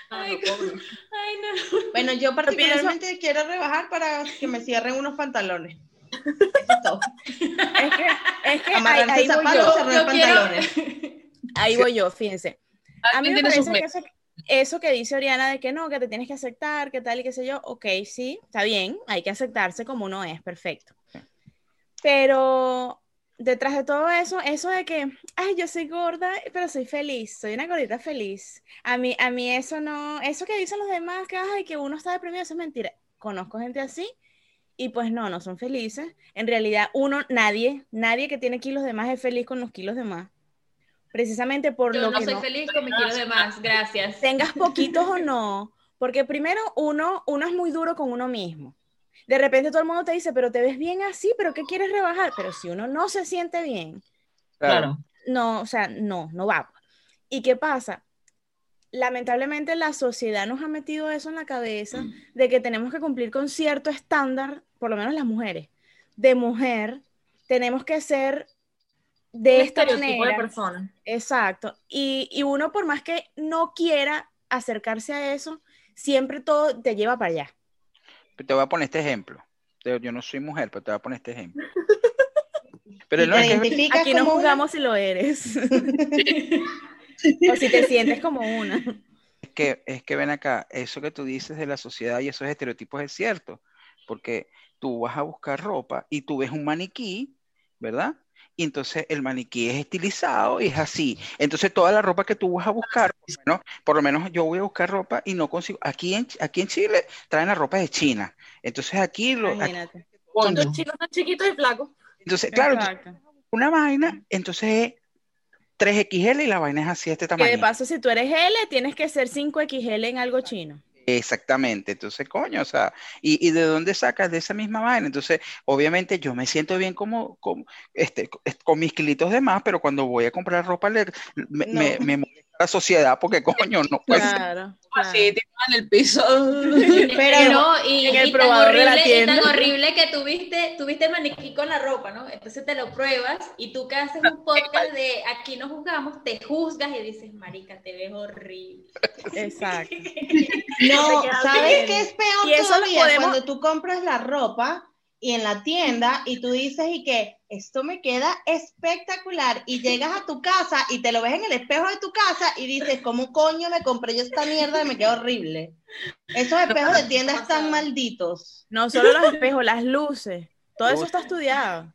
Ay, cómo- ay, no.
Bueno, yo particularmente quiero rebajar para que me cierren unos pantalones. Eso es todo.
Es que, es que ahí,
Amarrar
ahí
tus
voy
zapatos,
yo,
cerrar
yo quiero-
pantalones.
ahí voy yo, fíjense. A mí
Alguien
me
tiene sus
parece que eso, eso que dice Oriana de que no, que te tienes que aceptar, que tal y qué sé yo, ok, sí, está bien, hay que aceptarse como uno es, perfecto. Pero detrás de todo eso, eso de que, ay, yo soy gorda, pero soy feliz, soy una gordita feliz. A mí, a mí eso no, eso que dicen los demás, que, ay, que uno está deprimido, eso es mentira. Conozco gente así y pues no, no son felices. En realidad, uno, nadie, nadie que tiene kilos de más es feliz con los kilos de más. Precisamente por
Yo
lo
no
que
soy
no-
feliz con mis kilos de más, gracias.
tengas poquitos o no, porque primero uno, uno es muy duro con uno mismo. De repente todo el mundo te dice, pero te ves bien así, pero ¿qué quieres rebajar? Pero si uno no se siente bien,
Claro.
no, o sea, no, no va. ¿Y qué pasa? Lamentablemente la sociedad nos ha metido eso en la cabeza de que tenemos que cumplir con cierto estándar, por lo menos las mujeres, de mujer, tenemos que ser de
Un
esta
estereotipo Este de
manera.
persona.
Exacto. Y, y uno, por más que no quiera acercarse a eso, siempre todo te lleva para allá.
Te voy a poner este ejemplo. Te- Yo no soy mujer, pero te voy a poner este ejemplo.
Y
Pero no,
te
es que-
identificas
Aquí no
como una-
juzgamos si lo eres. o si te sientes como una.
Es que, es que ven acá, eso que tú dices de la sociedad y esos estereotipos es cierto, porque tú vas a buscar ropa y tú ves un maniquí, ¿verdad? Y entonces el maniquí es estilizado y es así. Entonces toda la ropa que tú vas a buscar, por lo menos, por lo menos yo voy a buscar ropa y no consigo. Aquí en, aquí en Chile traen la ropa de China. Entonces aquí lo...
Imagínate.
aquí-
Son dos chinos tan chiquitos y flacos.
entonces, claro,
Exacto.
una vaina, entonces es 3XL y la vaina es así de este
Que
tamaño.
de paso, si tú eres L, tienes que ser 5XL en algo chino.
Exactamente, entonces, coño, o sea, ¿y, y de dónde sacas de esa misma vaina? Entonces, obviamente yo me siento bien como, como, este, co- est- con mis kilitos de más, pero cuando voy a comprar ropa le- me,
No.
me- me molesta la sociedad porque, coño, no puede ser.
Claro.
Así, tipo en el piso.
Pero
no, y,
en el
y tan
probador de
horrible,
la
y tan
tienda.
horrible que tuviste, tuviste el maniquí con la ropa, ¿no? Entonces te lo pruebas y tú que haces un podcast de aquí no juzgamos, te juzgas y dices, marica, te ves horrible.
Exacto.
No,
Se queda
¿sabes
bien.
qué es peor
Y eso lo
todavía?
podemos-
Cuando tú compras la ropa y en la tienda y tú dices y que esto me queda espectacular y llegas a tu casa y te lo ves en el espejo de tu casa y dices, ¿cómo coño me compré yo esta mierda y me queda horrible? Esos espejos de tienda están malditos.
No solo los espejos, las luces. Todo eso está estudiado.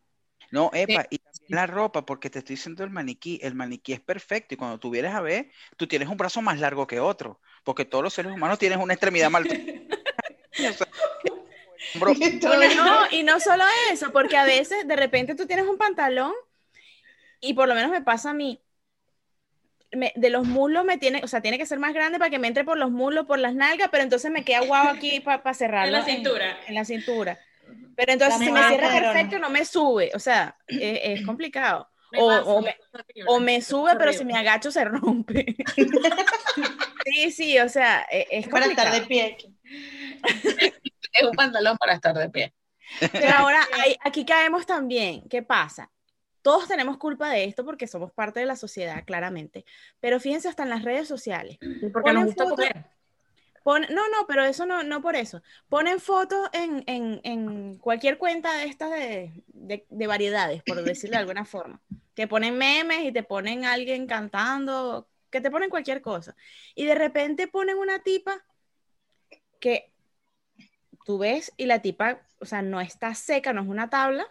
No, epa, y también la ropa, porque te estoy diciendo el maniquí, el maniquí es perfecto y cuando tú vienes a ver, tú tienes un brazo más largo que otro, porque todos los seres humanos tienen una extremidad mal. O sea, hombro-
Entonces,
No, y no solo eso, porque a veces de repente tú tienes un pantalón y por lo menos me pasa a mí. me- de los muslos me tiene, o sea, tiene que ser más grande para que me entre por los muslos, por las nalgas, pero entonces me queda guau aquí para cerrarlo.
en la
eh,
cintura.
en la cintura. Pero entonces
La
si me
manga,
cierra
pero no.
perfecto no me sube, o sea, e, es, es complicado.
Me
O-
pasa,
o
pasa horrible.
O me sube, pero si me
Horrible.
agacho se rompe. Sí, sí, o sea, e- es
para estar de
complicado.
pie.
es un pantalón para estar de pie.
Pero ahora hay- aquí caemos también, ¿qué pasa? Todos tenemos culpa de esto porque somos parte de la sociedad, claramente. Pero fíjense hasta en las redes sociales.
Porque nos
ponen
gusta
fotos-
comer.
Pon- no, no, pero eso no, no por eso. Ponen fotos en, en- en cualquier cuenta de estas de, de- de variedades, por decirlo de alguna forma. Que ponen memes y te ponen alguien cantando, que te ponen cualquier cosa. Y de repente ponen una tipa que tú ves y la tipa, o sea, no está seca, no es una tabla,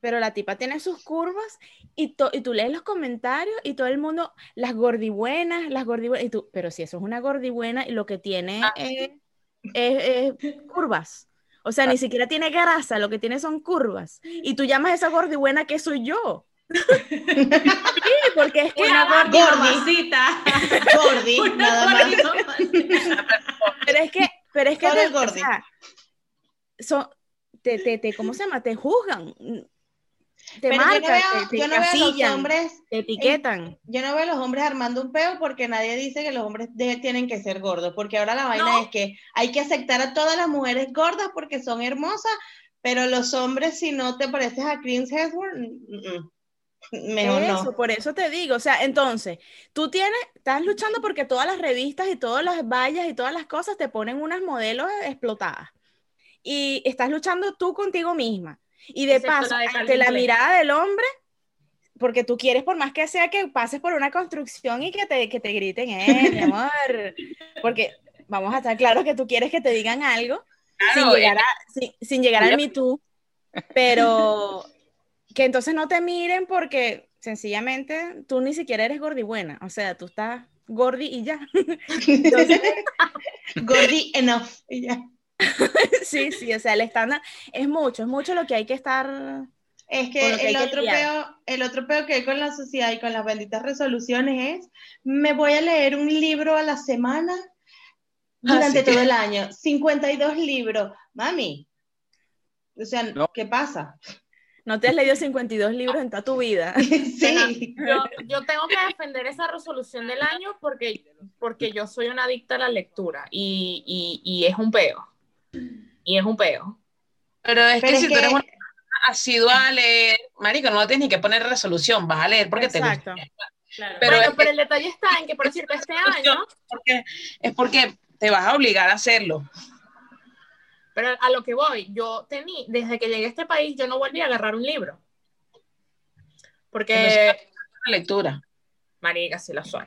pero la tipa tiene sus curvas y, to- y tú lees los comentarios y todo el mundo, las gordibuenas, las gordibuenas, y tú, pero si eso es una gordibuena y lo que tiene es, es- es curvas. O sea, ni siquiera tiene grasa, lo que tiene son curvas. Y tú llamas a esa gordibuena que soy yo. Sí, porque es que
Una
gordi.
gordita.
Gordi, nada más.
pero es que, pero es que
Solo
te-
el gordi.
o sea, son- te, te, te- ¿cómo se llama? Te juzgan, te
Pero yo no
marcan,
veo-
te, te
yo no veo a los
encasillan,
hombres
te etiquetan.
Yo no veo a los hombres armando un peo porque nadie dice que los hombres de- tienen que ser gordos, porque ahora la vaina
No.
es que hay que aceptar a todas las mujeres gordas porque son hermosas, pero los hombres si no te pareces a Chris Hemsworth, mm, mm, mejor
Eso,
no.
por eso te digo, o sea, entonces, tú tienes, estás luchando porque todas las revistas y todas las vallas y todas las cosas te ponen unas modelos explotadas. Y estás luchando tú contigo misma. Y de
Excepto
paso,
la de
ante
Calvin
la
Klein.
mirada del hombre, porque tú quieres, por más que sea, que pases por una construcción y que te, que te griten, eh, mi amor, porque vamos a estar claros que tú quieres que te digan algo sin
Claro,
llegar, a- sin, sin llegar al Me Too, pero que entonces no te miren porque sencillamente tú ni siquiera eres gordibuena, o sea, tú estás gordi y ya. Entonces,
Gordi enough. y ya.
sí, sí, o sea, el estándar es mucho, es mucho lo que hay que estar...
Es
Con
que
lo que hay
el
que
otro,
lidiar.
peo, el otro peo que hay con la sociedad y con las benditas resoluciones es, me voy a leer un libro a la semana durante
Ah,
sí.
todo el año, 52 libros, mami. O sea,
No.
¿qué pasa?
No te has leído 52 libros en toda tu vida.
Sí,
Yo, yo tengo que defender esa resolución del año porque, porque yo soy una adicta a la lectura y, y- y es un peo. Y es un peo.
Pero es
pero
que
es
si tú
que-
eres una asidua a leer, marico, no tienes ni que poner resolución, vas a leer porque te gusta.
Exacto.
Claro.
Pero
Pero,
es
bueno,
que-
pero el detalle está en que, por decirte, este año,
Porque, es porque te vas a obligar a hacerlo.
pero a lo que voy, yo tení, desde que llegué a este país, yo no volví a agarrar un libro. Porque,
La lectura,
marica, sí lo soy.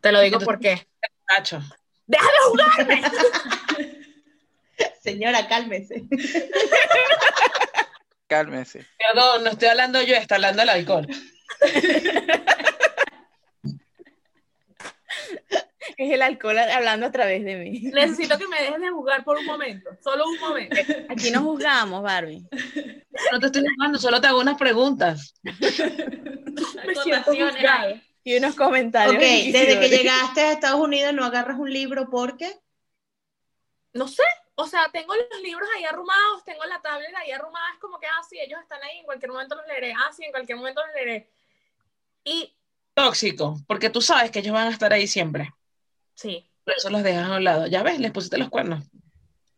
Te lo digo
Entonces-
porque,
Nacho.
señora, cálmese.
Cálmense.
Perdón, no estoy hablando yo, está hablando el alcohol.
Es el alcohol hablando a través de mí.
Necesito que me dejes de jugar por un momento, solo un momento.
Aquí nos juzgamos, Barbie.
No te estoy llamando, solo te hago unas preguntas.
Me siento juzgada.
Y unos comentarios.
Ok, desde que llegaste a Estados Unidos no agarras un libro porque
No sé, o sea, tengo los libros ahí arrumados, tengo la tablet ahí arrumada, es como que, ah, sí, ellos están ahí, en cualquier momento los leeré, ah, sí, en cualquier momento los leeré. Y
Tóxico, porque tú sabes que ellos van a estar ahí siempre.
sí,
Por eso los dejas a un lado. Ya ves, les pusiste los cuernos.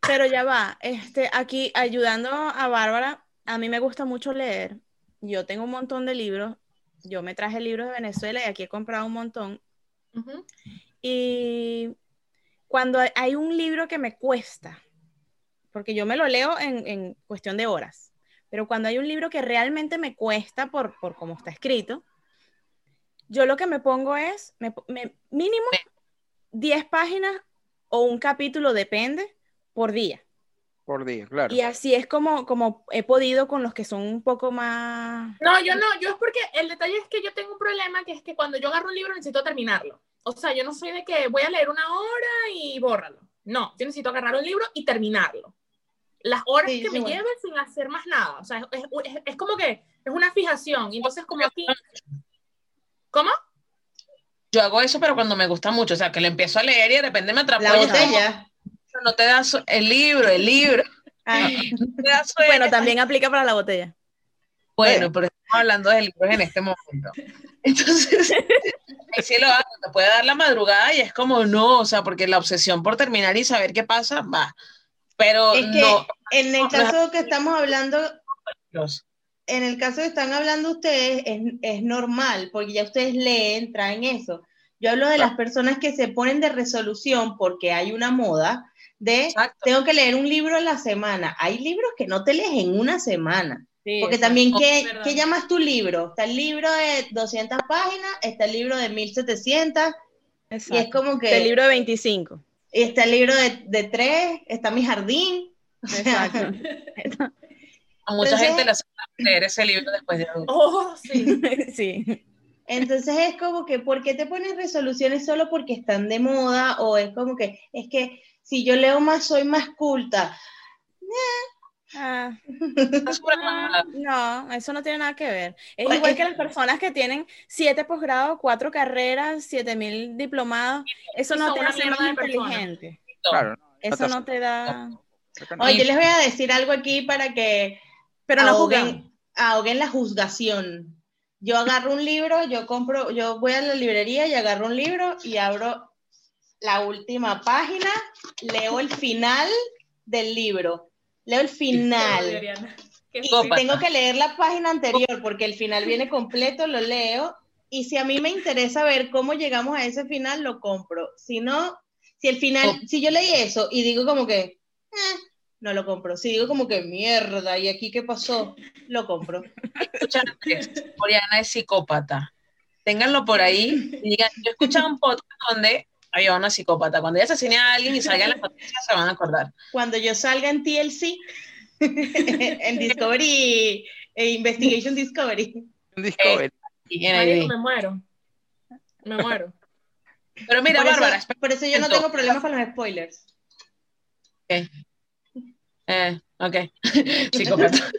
Pero ya va, este, aquí ayudando a Bárbara, a mí me gusta mucho leer. Yo tengo un montón de libros. Yo me traje libros de Venezuela y aquí he comprado un montón.
ujú,
Y cuando hay- hay un libro que me cuesta, porque yo me lo leo en, en cuestión de horas, pero cuando hay un libro que realmente me cuesta por, por cómo está escrito, yo lo que me pongo es, me, po- me- mínimo 10 páginas o un capítulo, depende, por día.
Por día, claro.
Y así es como, como he podido con los que son un poco más...
No, yo no, yo es porque el detalle es que yo tengo un problema que es que cuando yo agarro un libro necesito terminarlo. O sea, yo no soy de que voy a leer una hora y bórralo. No, yo necesito agarrar un libro y terminarlo. Las horas
Sí,
que
sí,
me
bueno.
lleve sin hacer más nada. O sea, es, es- es como que es una fijación. Y Entonces, como aquí,
Yo hago eso, pero cuando me gusta mucho. O sea, que lo empiezo a leer y de repente me atrapó.
la
y es
botella.
como, No te das el libro, el libro.
Ay,
no te da sueño.
Bueno, también aplica para la botella.
Bueno, pero estamos hablando de libros en este momento. Entonces, ahí sí lo hago, te puede dar la madrugada y es como no, o sea, porque la obsesión por terminar y saber qué pasa va. Pero
es que
no,
en el caso que estamos hablando
los-
en el caso que están hablando ustedes, es, es normal, porque ya ustedes leen, traen eso. Yo hablo de las personas que se ponen de resolución porque hay una moda de
Exacto.
tengo que leer un libro a la semana. Hay libros que no te lees en una semana. Porque también, ¿qué,
verdad.
qué llamas tu libro? Está el libro de 200 páginas, está el libro de 1700, y es como que.
El libro de 25.
y está el libro de, de 3, está mi jardín. O sea,
Exacto.
a mucha
Entonces-
gente le hace leer ese libro después de adulto.
oh, sí.
sí.
Entonces es como que, ¿por qué te pones resoluciones solo porque están de moda? O es como que, es que si yo leo más, soy más culta.
Ah.
Está súper mal.
No, eso no tiene nada que ver. Es
Pues,
igual
es-
que las personas que tienen siete posgrados, cuatro carreras, siete mil diplomados. Eso
Y
no
son
te
una
hace
mierda
más
de persona.
inteligente.
Claro.
Eso no te da.
Creo que no.
Oye, yo les voy a decir algo aquí para que
Pero no juzgan.
ahoguen, ahoguen la juzgación. Yo agarro un libro, yo compro, yo voy a la librería y agarro un libro y abro la última página, leo el final del libro, leo el final.
Adriana. Qué
Y
Copa.
tengo que leer la página anterior porque el final viene completo, lo leo. Y si a mí me interesa ver cómo llegamos a ese final, lo compro. Si no, si el final, si yo leí eso y digo como que, "Eh", no lo compro. Si digo como que, mierda, ¿y aquí qué pasó? Lo compro.
Escuchantes, Oriana es psicópata. Ténganlo por ahí y digan, yo escuchaba un podcast donde había una psicópata. Cuando ella asesine a alguien y salga en las noticias se van a acordar.
Cuando yo salga en TLC, en Discovery, e Investigation Discovery.
Un Discovery.
Y en
Marico,
ahí.
me muero. Me muero.
Pero mira,
por,
Bárbara,
eso, por eso yo no
momento.
tengo problemas con los spoilers.
Eh, ok. Psicópata.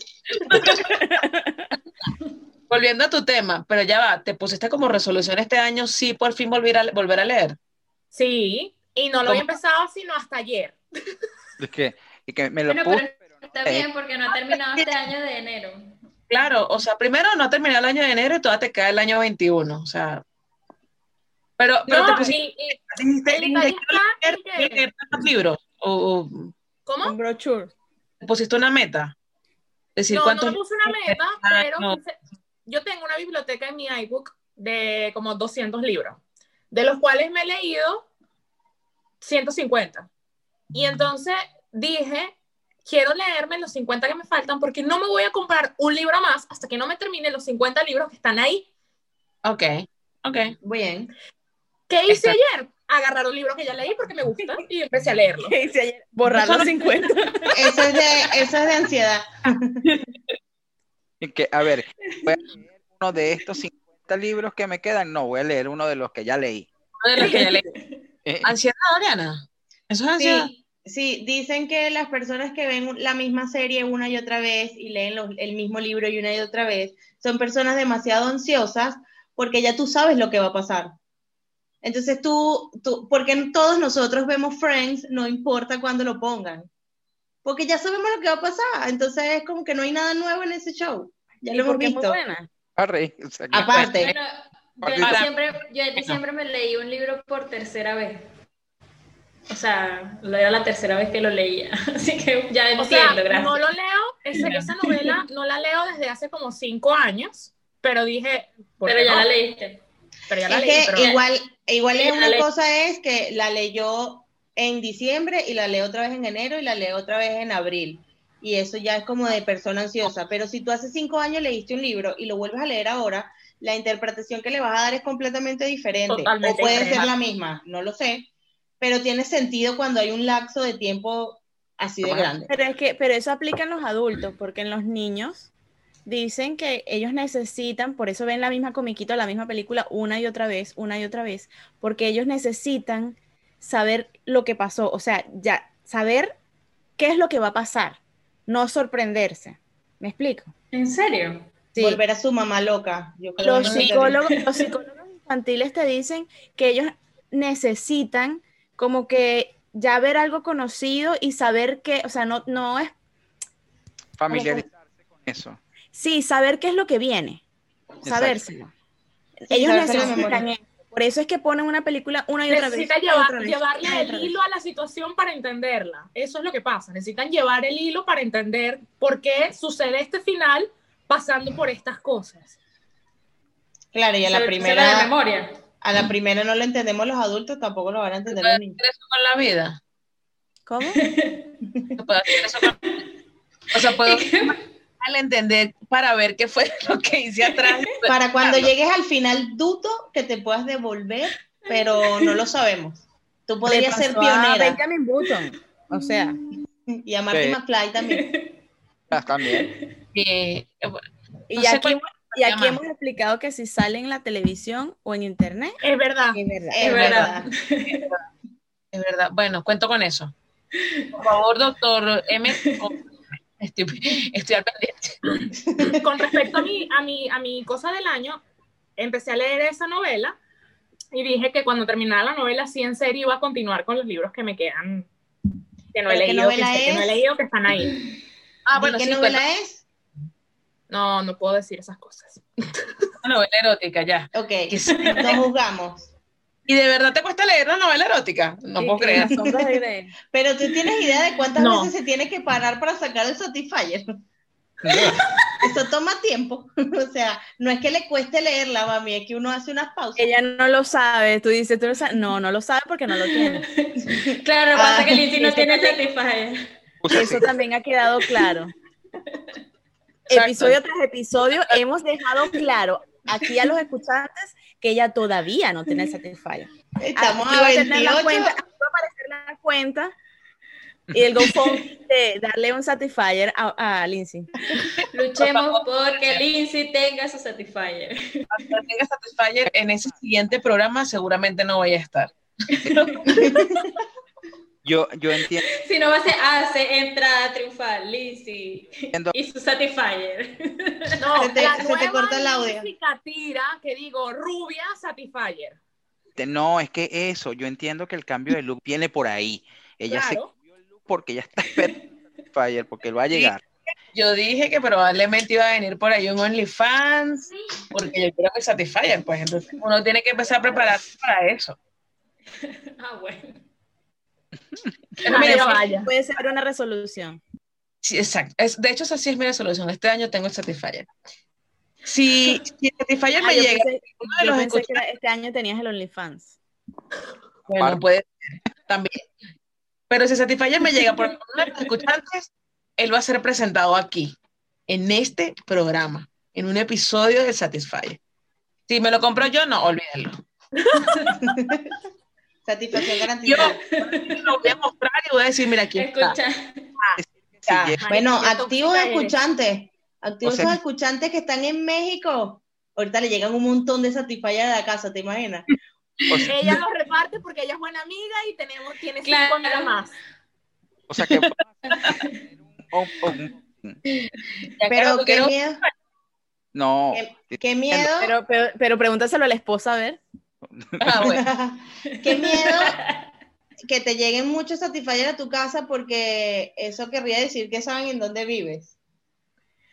Volviendo a tu tema, pero ya va, te pusiste como resolución este año, sí, por fin volver a, volver a leer.
Sí, y no lo había
¿Cómo?
empezado sino hasta ayer.
Es que, y que me lo
Bueno,
puse.
pero está bien porque no ha terminado este año de enero.
Claro, o sea, primero no terminar el año de enero y todavía te queda el año 21, o sea. Pero, pero
No,
te pusiste,
y- y-
dijiste,
el detalle
quiero
está
leer,
que-
quiero leer tantos libros, o, o
¿Cómo?
Un brochure.
te pusiste una meta. Decir
no,
cuántos
no me puse una meta,
Ah,
pero
no.
quise- yo tengo una biblioteca en mi iBook de como 200 libros, de los cuales me he leído 150. Y entonces dije, quiero leerme los 50 que me faltan porque no me voy a comprar un libro más hasta que no me termine los 50 libros que están ahí.
Ok, ok.
Bien.
¿Qué
Está-
hice ayer? Agarrar un libro que ya leí porque me gusta y empecé a leerlo.
¿Qué hice ayer? Borrar
Eso
los
no-
50.
Eso es de, eso es de ansiedad.
Y que, a ver, voy a leer uno de estos 50 libros que me quedan. No, voy a leer uno de los que ya leí. Eh,
Uno de los que ya leí. ¿Ansiedad, Oriana? ¿Eso es ansiedad?
Sí, sí, dicen que las personas que ven la misma serie una y otra vez y leen los- el mismo libro y una y otra vez son personas demasiado ansiosas porque ya tú sabes lo que va a pasar. Entonces tú, tú porque todos nosotros vemos Friends, no importa cuándo lo pongan, porque ya sabemos lo que va a pasar. Entonces es como que no hay nada nuevo en ese show. Ya
Y
lo hemos
porque es muy
visto.
buena.
Arre, o sea, que-
Aparte.
Bueno, yo
Para-
siempre, yo siempre me leí un libro por tercera vez. O sea, lo era la tercera vez que lo leía. Así que ya
O
entiendo,
sea,
gracias.
no lo leo, esa, esa novela no la leo desde hace como cinco años, pero dije, ¿por
pero
qué
ya
no?
la leíste.
Pero ya la
Es
leí,
que
pero-
igual, igual es
Ya
una
leí.
cosa es que la leyó en diciembre y la leo otra vez en enero y la leo otra vez en abril. Y eso ya es como de persona ansiosa. Pero si tú hace cinco años leíste un libro y lo vuelves a leer ahora, la interpretación que le vas a dar es completamente diferente.
Totalmente
o puede
diferente.
ser la misma, no lo sé. Pero tiene sentido cuando hay un lapso de tiempo así de
Ajá.
grande.
Pero es que, pero eso aplica en los adultos, porque en los niños dicen que ellos necesitan, por eso ven la misma comiquita, la misma película una y otra vez, una y otra vez, porque ellos necesitan saber lo que pasó, o sea, ya saber qué es lo que va a pasar, no sorprenderse. ¿Me explico?
¿En serio?
Sí.
Volver a su mamá loca. Yo creo
Los
que es
psicólogos, los psicólogos infantiles te dicen que ellos necesitan como que ya ver algo conocido y saber que, o sea, no, no es
familiarizarse con eso.
Sí, saber qué es lo que viene, sabérselo. Ellos
sabérselo de
necesitan
memoria.
eso. Por eso es que ponen una película una y otra vez.
Necesitan
una y
llevar-
otra vez, una y
llevarle
otra
el
vez.
hilo a la situación para entenderla. Eso es lo que pasa. Necesitan llevar el hilo para entender por qué sucede este final pasando por estas cosas.
Claro, y a la
Se- se la de
primera,
memoria.
a la primera no lo entendemos los adultos, tampoco lo van a entender los niños.
hacer eso con la vida?
¿Cómo?
¿Puedo hacer eso con- O sea, puedo al entender para ver qué fue lo que hice atrás.
Para cuando llegues al final, dudo que te puedas devolver, pero no lo sabemos. Tú
Le
podrías
pasó
ser
a
pionera.
Benjamin Button. O sea,
Y a Marty
Sí.
McFly también.
Ah, también.
Eh,
y
No sé
aquí,
cuál-
hemos- y aquí
llama.
hemos explicado que si sale en la televisión o en internet,
Es verdad.
es verdad.
Es
verdad.
verdad.
es verdad. Bueno, cuento con eso. Por favor, doctor M. Estoy, estoy al pendiente.
con respecto a mi, a, mi, a mi cosa del año, empecé a leer esa novela y dije que cuando terminara la novela, sí en serio iba a continuar con los libros que me quedan, que
¿Pero
no he
qué
leído, que,
novela
sé que no he
es?
leído, que están ahí.
Ah,
¿Y
bueno,
¿Qué
sí,
novela
novela?
es?
No, no puedo decir esas cosas.
novela erótica, ya. Que
Ok,
sí.
no juzgamos.
¿Y de verdad te cuesta leer una novela erótica? No
Y
puedo
que
creer.
las sombras de Grey.
Pero tú tienes idea de cuántas
No.
veces se tiene que parar para sacar el Satisfyer. Eso toma tiempo. O sea, no es que le cueste leerla, mami, es que uno hace unas pausas.
Ella no lo sabe, tú dices, tú lo sabes. No, no lo sabe porque no lo tiene.
Claro, lo que pasa es
Ah.
que Lizzie no
eso
tiene Satisfyer.
Usa
Eso
así.
también ha quedado claro.
Exacto.
Episodio tras episodio hemos dejado claro aquí a los escuchantes que ella todavía no tiene el Satisfyer.
Estamos
Aquí
a
va Ah, tener la
28.
cuenta, aquí va a aparecer la cuenta y el GoFundMe de darle un Satisfyer a, a Lindsay.
Luchemos porque Lindsay tenga su Satisfyer.
Hasta tenga Satisfyer en ese siguiente programa seguramente no voy a estar.
Yo, yo entiendo,
Si no va a ser, hace entrada triunfal, Lindsay y su Satisfyer.
No,
Se te-
la
se te
nueva
corta el audio.
música tira que digo, rubia Satisfyer.
te- no, es que eso, yo entiendo que el cambio de look viene por ahí. Ella se
Claro.
cambió el look porque ella está esperando el Fire, porque él va a llegar.
Yo dije que probablemente iba a venir por ahí un OnlyFans, porque yo creo que Satisfyer, pues entonces uno tiene que empezar a prepararse para eso.
Ah, bueno.
Pero mira,
Pero vaya.
Puede ser una resolución.
sí, exacto. Es- de hecho, esa sí es mi resolución. Este año tengo el Satisfyer. Si, si el Satisfyer
Ah,
me
yo
llega,
pensé-
uno de
yo pensé
los
que
escuchantes,
era- este año tenías el OnlyFans.
bueno, puede ser, también. Pero si Satisfyer me llega por uno de los escuchantes, él va a ser presentado aquí, en este programa, en un episodio de Satisfyer. Si me lo compro yo, no, olvídalo.
Satisfacción
Yo
garantizada.
lo voy a mostrar y voy a decir, mira, aquí está.
Escucha.
Si
Ah.
llega-
Bueno,
Ay, qué
activos
tóxica eres.
escuchantes, Activos
O sea-
esos escuchantes que están en México. Ahorita le llegan un montón de satisfacciones a la casa, ¿te imaginas?
O sea,
Ella los reparte porque ella es buena amiga y tenemos, tiene
Claro.
cinco amigas más.
o sea que... o- o-
Pero
Ya creo
qué
que quiero-
miedo,
no,
qué miedo,
Pero, pero, pero pregúntaselo a la esposa, a ver.
Ah, bueno.
qué miedo que te lleguen muchos satisfacciones a tu casa porque eso querría decir que saben en dónde vives.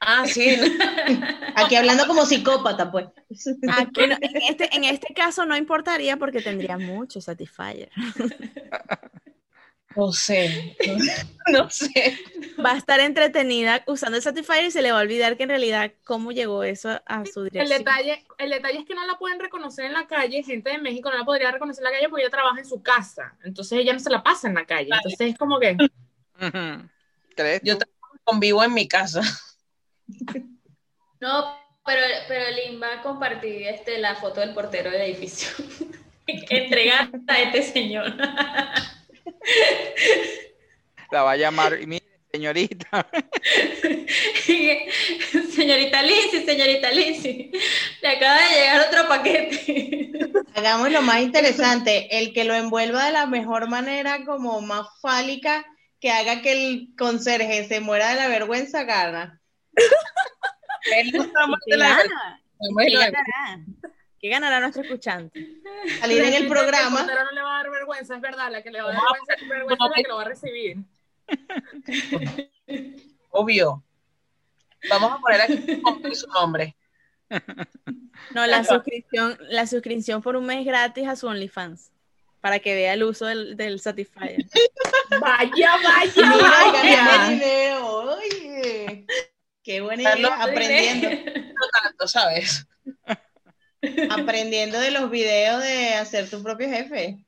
Ah, sí.
Aquí hablando como psicópata, pues.
Aquí no- en, este, en este caso no importaría porque tendría mucho Satisfyer.
No sé. No sé.
Va a estar entretenida usando el Satisfyer y se le va a olvidar que en realidad cómo llegó eso a su
El
dirección.
detalle, el detalle es que no la pueden reconocer en la calle, gente de México no la podría reconocer en la calle porque ella trabaja en su casa, entonces ella no se la pasa en la calle, entonces es como que,
Ujú. ¿Crees?
Yo
tú?
Convivo en mi casa.
No, pero, pero Lynn va a compartir este, la foto del portero del edificio. Entregar a este señor.
La va a llamar, y mire, señorita,
señorita Lizzy, señorita Lizzy, le acaba de llegar otro paquete.
Hagamos lo más interesante, el que lo envuelva de la mejor manera, como más fálica, que haga que el conserje se muera de la vergüenza, gana.
¿Qué ganará? ¿Qué
Bueno,
ganará? ¿Qué ganará nuestro escuchante?
Salir en el
Realmente
programa.
portero no le va a dar vergüenza, es verdad, la que le va a dar vergüenza, vergüenza es la que lo va a recibir.
Obvio. Vamos a poner aquí su nombre.
No, la suscripción, la suscripción por un mes gratis a su OnlyFans para que vea el uso del, del Satisfyer.
Vaya, vaya,
Mira, y ganamos
vaya.
dinero, oye. Qué buena
Carlos,
idea, aprendiendo,
No tanto, ¿sabes?
aprendiendo de los videos de hacer tu propio jefe.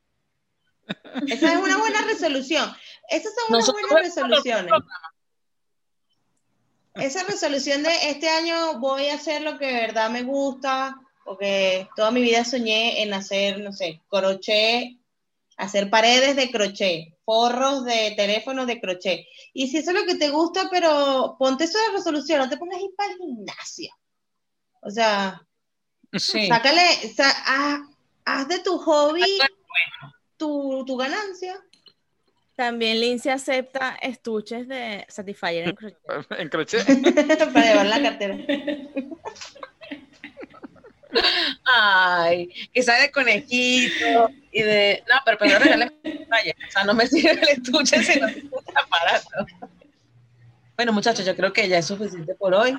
Esa es una buena resolución. Esas son unas
Nosotros
buenas
vemos los
resoluciones. Esa resolución de este año voy a hacer lo que de verdad me gusta, porque toda mi vida soñé en hacer, no sé, crochet, hacer paredes de crochet, forros de teléfonos de crochet. Y si eso es lo que te gusta, pero ponte eso de resolución, no te pongas a ir para el gimnasio. O sea,
Sí.
Sácale, sa- haz, haz de tu hobby tu, tu ganancia.
También Lindsay acepta estuches de Satisfyer en crochet.
en crochet.
para llevar la cartera.
Ay, que sabe de conejito y de. No, pero primero regálame vaya. O sea, no me sirve el estuche, sino el aparato. Bueno, muchachos, yo creo que ya es suficiente por hoy.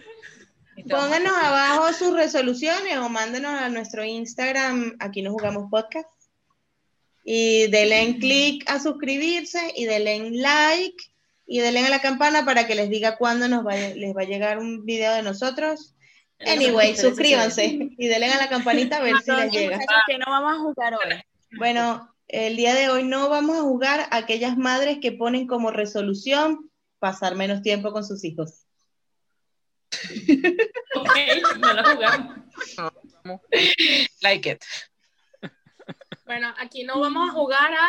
Pónganos abajo sus resoluciones o mándenos a nuestro Instagram, aquí nos jugamos podcast. Y denle clic a suscribirse y denle like y denle a la campana para que les diga cuándo nos va, les va a llegar un video de nosotros. Anyway, suscríbanse y denle a la campanita a ver si les llega.
que no vamos a jugar hoy.
Bueno, el día de hoy no vamos a jugar a aquellas madres que ponen como resolución pasar menos tiempo con sus hijos.
ok, no lo jugamos.
Like it.
Bueno, aquí no vamos a jugar a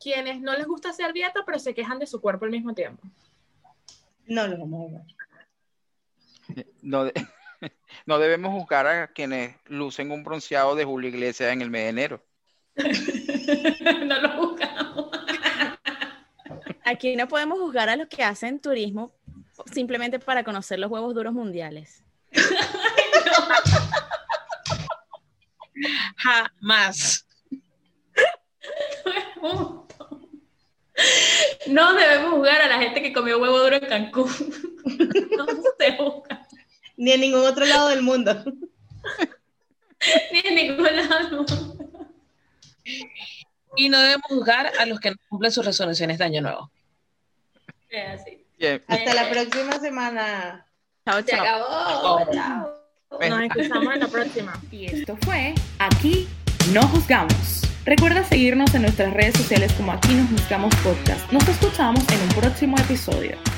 quienes no les gusta hacer dieta, pero se quejan de su cuerpo al mismo tiempo.
No los vamos a jugar.
No, de- no debemos juzgar a quienes lucen un bronceado de Julio Iglesias en el mes de enero.
no lo jugamos.
Aquí no podemos juzgar a los que hacen turismo simplemente para conocer los huevos duros mundiales.
Jamás.
No debemos jugar a la gente que comió huevo duro en Cancún. No se juzga.
Ni en ningún otro lado del mundo.
Ni en ningún lado.
Y no debemos juzgar a los que no cumplen sus resoluciones de año nuevo.
Es así.
Bien,
Hasta la próxima semana.
Chao,
Se
chao.
acabó. Chao.
ven.
Nos escuchamos en la próxima.
Y esto fue Aquí no juzgamos. Recuerda seguirnos en nuestras redes sociales como Aquí nos juzgamos podcast. Nos escuchamos en un próximo episodio.